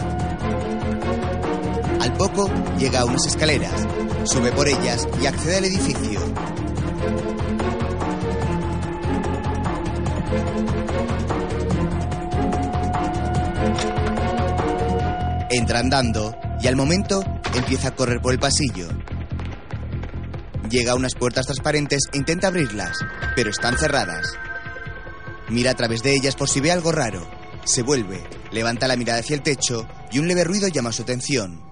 Al poco llega a unas escaleras, sube por ellas y accede al edificio. Entra andando y al momento empieza a correr por el pasillo. Llega a unas puertas transparentes e intenta abrirlas, pero están cerradas. Mira a través de ellas por si ve algo raro. Se vuelve, levanta la mirada hacia el techo y un leve ruido llama su atención.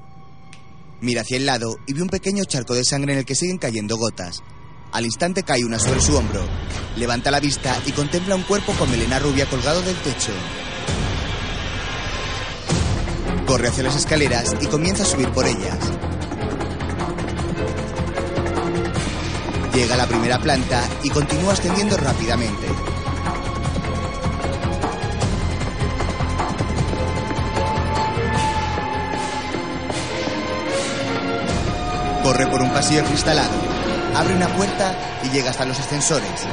Mira hacia el lado y ve un pequeño charco de sangre en el que siguen cayendo gotas. Al instante cae una sobre su hombro. Levanta la vista y contempla un cuerpo con melena rubia colgado del techo. Corre hacia las escaleras y comienza a subir por ellas. Llega a la primera planta y continúa ascendiendo rápidamente. Corre por un pasillo cristalado, abre una puerta y llega hasta los ascensores.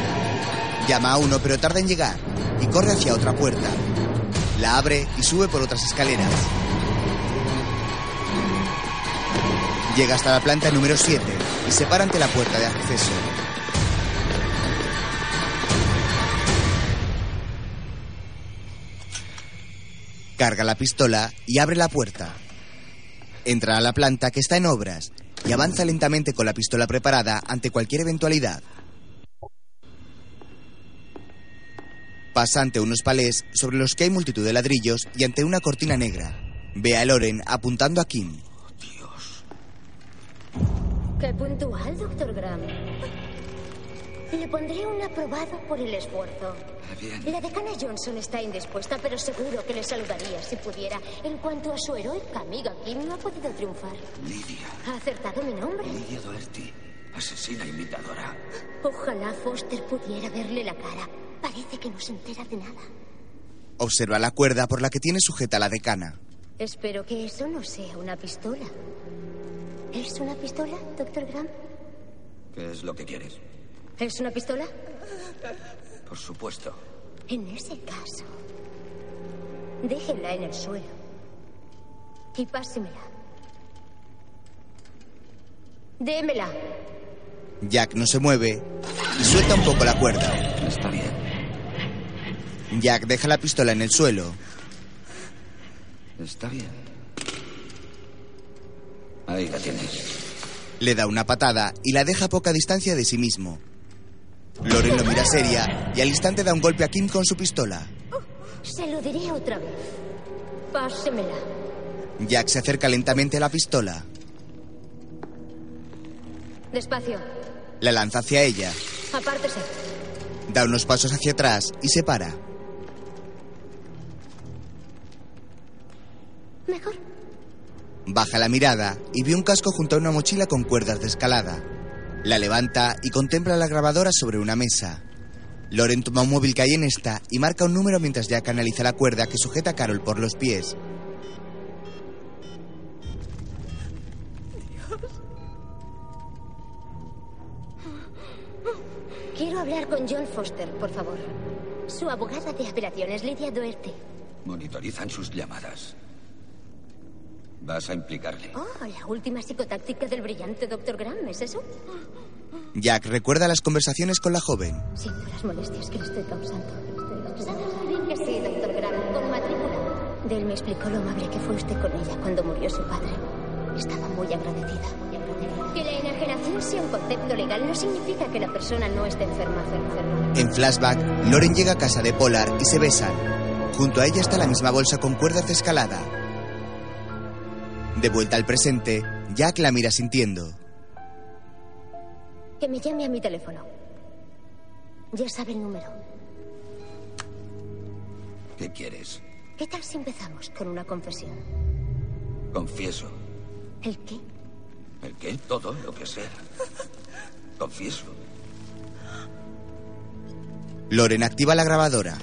Llama a uno pero tarda en llegar y corre hacia otra puerta. La abre y sube por otras escaleras. Llega hasta la planta número 7 y se para ante la puerta de acceso. Carga la pistola y abre la puerta. Entra a la planta que está en obras y avanza lentamente con la pistola preparada ante cualquier eventualidad. Pasa ante unos palés sobre los que hay multitud de ladrillos y ante una cortina negra. Ve a Loren apuntando a Kim. Qué puntual, doctor Graham. Le pondré un aprobado por el esfuerzo. Bien. La decana Johnson está indispuesta, pero seguro que le saludaría si pudiera. En cuanto a su heroica amiga Kim, no ha podido triunfar. Lidia. ¿Ha acertado mi nombre? Lidia Doherty. Asesina imitadora. Ojalá Foster pudiera verle la cara. Parece que no se entera de nada. Observa la cuerda por la que tiene sujeta la decana. Espero que eso no sea una pistola. ¿Es una pistola, doctor Graham? ¿Qué es lo que quieres? ¿Es una pistola? Por supuesto. En ese caso, déjela en el suelo y pásemela. Démela. Jack no se mueve y suelta un poco la cuerda. Está bien. Jack deja la pistola en el suelo. Está bien. Ahí la tienes. Le da una patada y la deja a poca distancia de sí mismo. Loren lo mira seria y al instante da un golpe a Kim con su pistola. Se lo diré otra vez. Pásemela. Jack se acerca lentamente a la pistola. Despacio. La lanza hacia ella. Apártese. Da unos pasos hacia atrás y se para. Mejor. Baja la mirada y ve un casco junto a una mochila con cuerdas de escalada. La levanta y contempla la grabadora sobre una mesa. Loren toma un móvil que hay en esta y marca un número mientras Jack analiza la cuerda que sujeta a Carol por los pies. Quiero hablar con John Foster, por favor. Su abogada de apelaciones, Lidia Doherty. Monitorizan sus llamadas. Vas a implicarle. Oh, la última psicotáctica del brillante Dr. Graham, ¿es eso? Jack recuerda las conversaciones con la joven. Siento las molestias que le estoy causando. ¿Sabes muy bien que sí, doctor Graham, con matrícula? Dell me explicó lo amable que fue usted con ella cuando murió su padre. Estaba muy agradecida. Que la enajenación sea un concepto legal no significa que la persona no esté enferma, enferma, enferma. En flashback, Loren llega a casa de Polar y se besan. Junto a ella está la misma bolsa con cuerdas de escalada. De vuelta al presente, Jack la mira sintiendo. Que me llame a mi teléfono. Ya sabe el número. ¿Qué quieres? ¿Qué tal si empezamos con una confesión? Confieso. ¿El qué? ¿El qué? Todo lo que sea. Confieso. Loren activa la grabadora.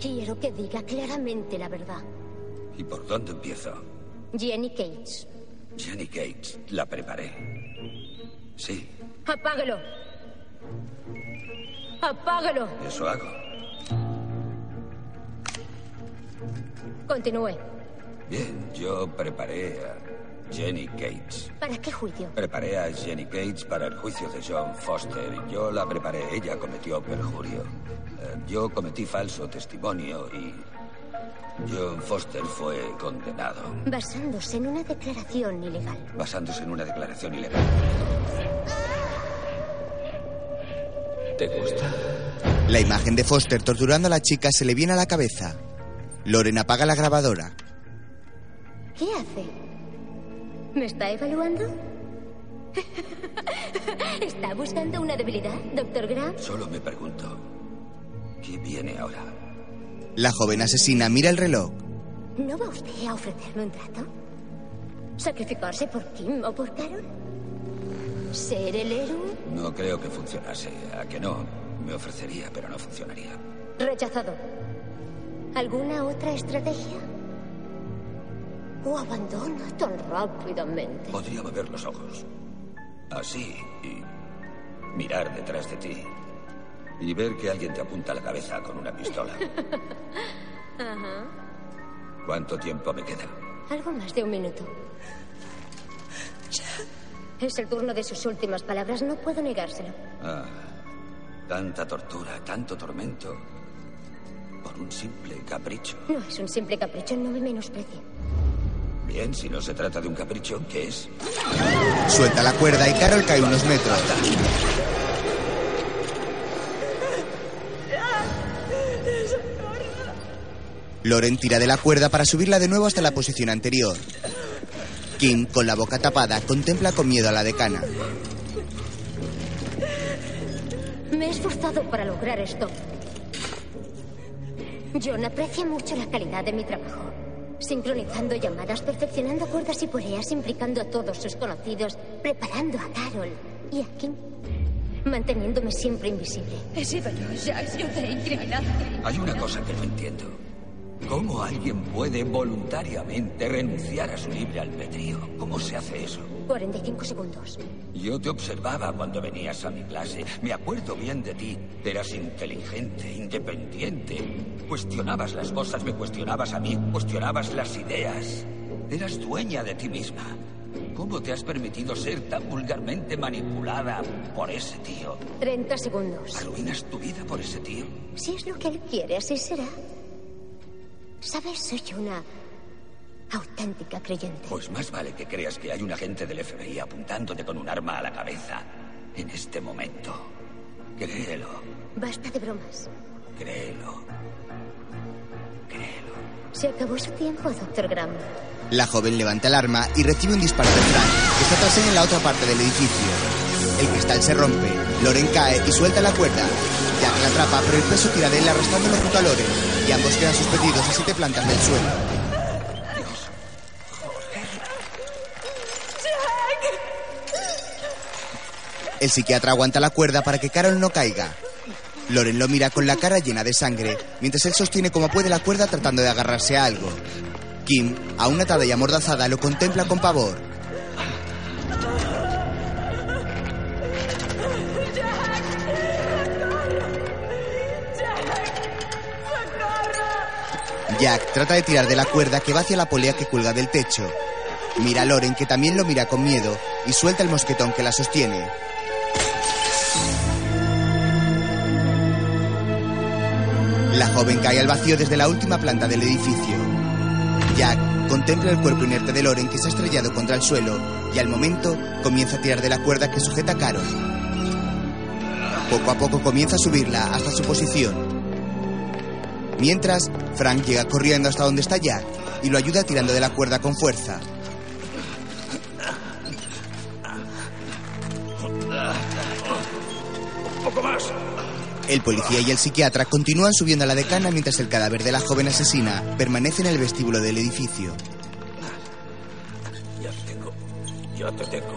Quiero que diga claramente la verdad. ¿Y por dónde empiezo? Jenny Cage. Jenny Gates, la preparé. Sí, Apágalo. Apágalo. eso hago. Continúe. Bien, yo preparé a Jenny Gates. ¿Para qué juicio? Preparé a Jenny Gates para el juicio de John Foster. Yo la preparé, ella cometió perjurio. Eh, Yo cometí falso testimonio y John Foster fue condenado Basándose en una declaración ilegal. basándose en una declaración ilegal. ¿Te gusta? La imagen de Foster torturando a la chica se le viene a la cabeza. Loren apaga la grabadora. ¿Qué hace? ¿Me está evaluando? ¿Está buscando una debilidad, doctor Graham? Solo me pregunto, ¿qué viene ahora? La joven asesina mira el reloj. ¿No va usted a ofrecerme un trato? ¿Sacrificarse por Kim o por Carol? ¿Ser el héroe? No creo que funcionase. ¿A que no? Me ofrecería, pero no funcionaría. Rechazado. ¿Alguna otra estrategia? ¿O abandona tan rápidamente? Podría mover los ojos. Así y mirar detrás de ti. Y ver que alguien te apunta a la cabeza con una pistola. Ajá. ¿Cuánto tiempo me queda? Algo más de un minuto. Es el turno de sus últimas palabras, no puedo negárselo. Ah, tanta tortura, tanto tormento. Por un simple capricho. No es un simple capricho, no me menosprecie. Bien, si no se trata de un capricho, ¿qué es? Suelta la cuerda y Carol cae unos metros. Loren tira de la cuerda para subirla de nuevo hasta la posición anterior. Kim, con la boca tapada, contempla con miedo a la decana. Me he esforzado para lograr esto. John aprecia mucho la calidad de mi trabajo. Sincronizando llamadas, perfeccionando cuerdas y poleas, implicando a todos sus conocidos, preparando a Carol y a Kim, manteniéndome siempre invisible. He sido yo, Jax. Yo te he incriminado. Hay una cosa que no entiendo. ¿Cómo alguien puede voluntariamente renunciar a su libre albedrío? ¿Cómo se hace eso? 45 segundos. Yo te observaba cuando venías a mi clase. Me acuerdo bien de ti. Eras inteligente, independiente. Cuestionabas las cosas, me cuestionabas a mí, cuestionabas las ideas. Eras dueña de ti misma. ¿Cómo te has permitido ser tan vulgarmente manipulada por ese tío? 30 segundos. ¿Arruinas tu vida por ese tío? Si es lo que él quiere, así será. ¿Sabes? Soy una auténtica creyente. Pues más vale que creas que hay un agente del FBI apuntándote con un arma a la cabeza en este momento. Créelo, Basta de bromas. créelo. Se acabó su tiempo, Doctor Graham. La joven levanta el arma y recibe un disparo de Frank, que está tras él en la otra parte del edificio. El cristal se rompe, Loren cae y suelta la cuerda. Jack la atrapa, pero el peso tira de él arrastrándolo junto a Loren, y ambos quedan suspendidos a siete plantas del suelo. El psiquiatra aguanta la cuerda para que Carol no caiga. Loren lo mira con la cara llena de sangre, mientras él sostiene como puede la cuerda tratando de agarrarse a algo. Kim, aún atada y amordazada, lo contempla con pavor. Jack trata de tirar de la cuerda que va hacia la polea que cuelga del techo. Mira a Loren, que también lo mira con miedo, y suelta el mosquetón que la sostiene. La joven cae al vacío desde la última planta del edificio. Jack contempla el cuerpo inerte de Loren que se ha estrellado contra el suelo y al momento comienza a tirar de la cuerda que sujeta a Carol. Poco a poco comienza a subirla hasta su posición. Mientras, Frank llega corriendo hasta donde está Jack y lo ayuda tirando de la cuerda con fuerza. Un poco más. El policía y el psiquiatra continúan subiendo a la decana mientras el cadáver de la joven asesina permanece en el vestíbulo del edificio. Ya te tengo. Ya te tengo.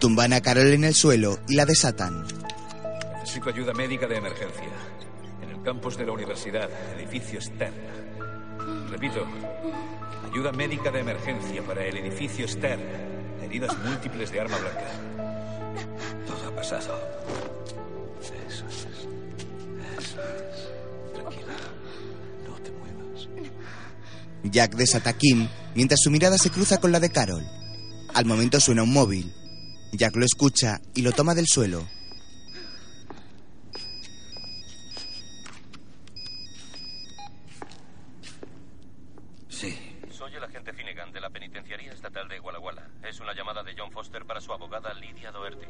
Tumban a Carol en el suelo y la desatan. Necesito ayuda médica de emergencia. En el campus de la universidad, edificio Stern. Repito, ayuda médica de emergencia para el edificio Stern. Heridas múltiples de arma blanca. Todo ha pasado. Eso es. Eso es. Tranquila. Jack desata a Kim mientras su mirada se cruza con la de Carol. Al momento suena un móvil. Jack lo escucha y lo toma del suelo. Sí. Soy el agente Finnegan de la Penitenciaría Estatal de Walla Walla. Es una llamada de John Foster para su abogada Lydia Doherty.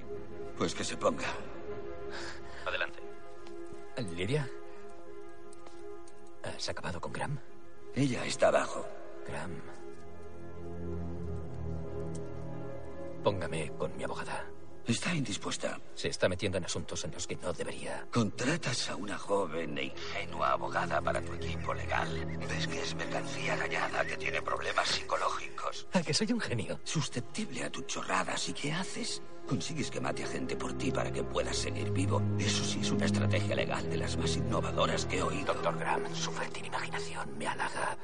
Pues que se ponga. Adelante. Lidia. ¿Has acabado con Graham? Ella está abajo. Graham. Póngame con mi abogada. Está indispuesta. Se está metiendo en asuntos en los que no debería. Contratas a una joven e ingenua abogada para tu equipo legal. Ves que es mercancía callada que tiene problemas psicológicos. ¿A Ah, que soy un genio? Susceptible a tus chorradas. ¿Y qué haces? Consigues que mate a gente por ti para que puedas seguir vivo. Eso sí es una estrategia legal de las más innovadoras que he oído. Doctor Graham, su fértil imaginación me halaga.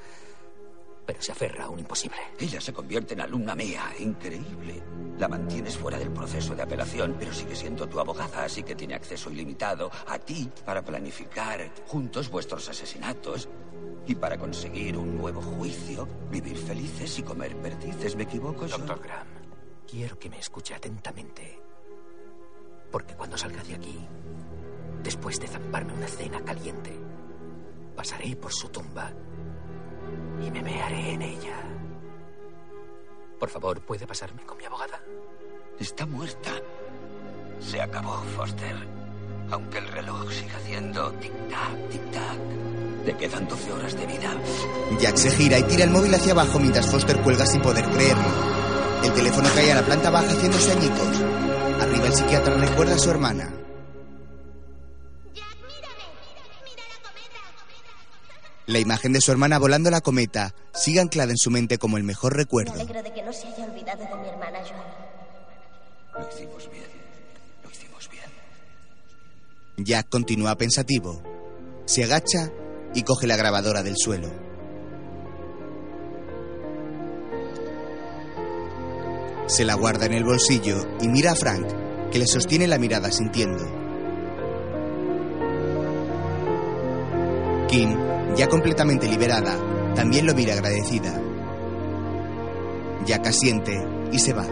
Pero se aferra a un imposible. Ella se convierte en alumna mía. Increíble. La mantienes fuera del proceso de apelación, pero sigue siendo tu abogada, así que tiene acceso ilimitado a ti para planificar juntos vuestros asesinatos y para conseguir un nuevo juicio, vivir felices y comer perdices. ¿Me equivoco, Doctor Graham? Quiero que me escuche atentamente. Porque cuando salga de aquí, después de zamparme una cena caliente, pasaré por su tumba y me mearé en ella. Por favor, ¿puede pasarme con mi abogada? Está muerta. Se acabó, Foster. Aunque el reloj siga haciendo tic-tac, tic-tac, Te quedan 12 horas de vida. Jack se gira y tira el móvil hacia abajo mientras Foster cuelga sin poder creerlo. El teléfono cae a la planta baja haciéndose añicos. Arriba el psiquiatra recuerda a su hermana. La imagen de su hermana volando la cometa sigue anclada en su mente como el mejor Me recuerdo. alegro de que no se haya olvidado de mi hermana Joan. Lo hicimos bien. Lo hicimos bien. Jack continúa pensativo. Se agacha y coge la grabadora del suelo. Se la guarda en el bolsillo y mira a Frank, que le sostiene la mirada sintiendo. Kim, ya completamente liberada, también lo mira agradecida. Jack asiente y se va.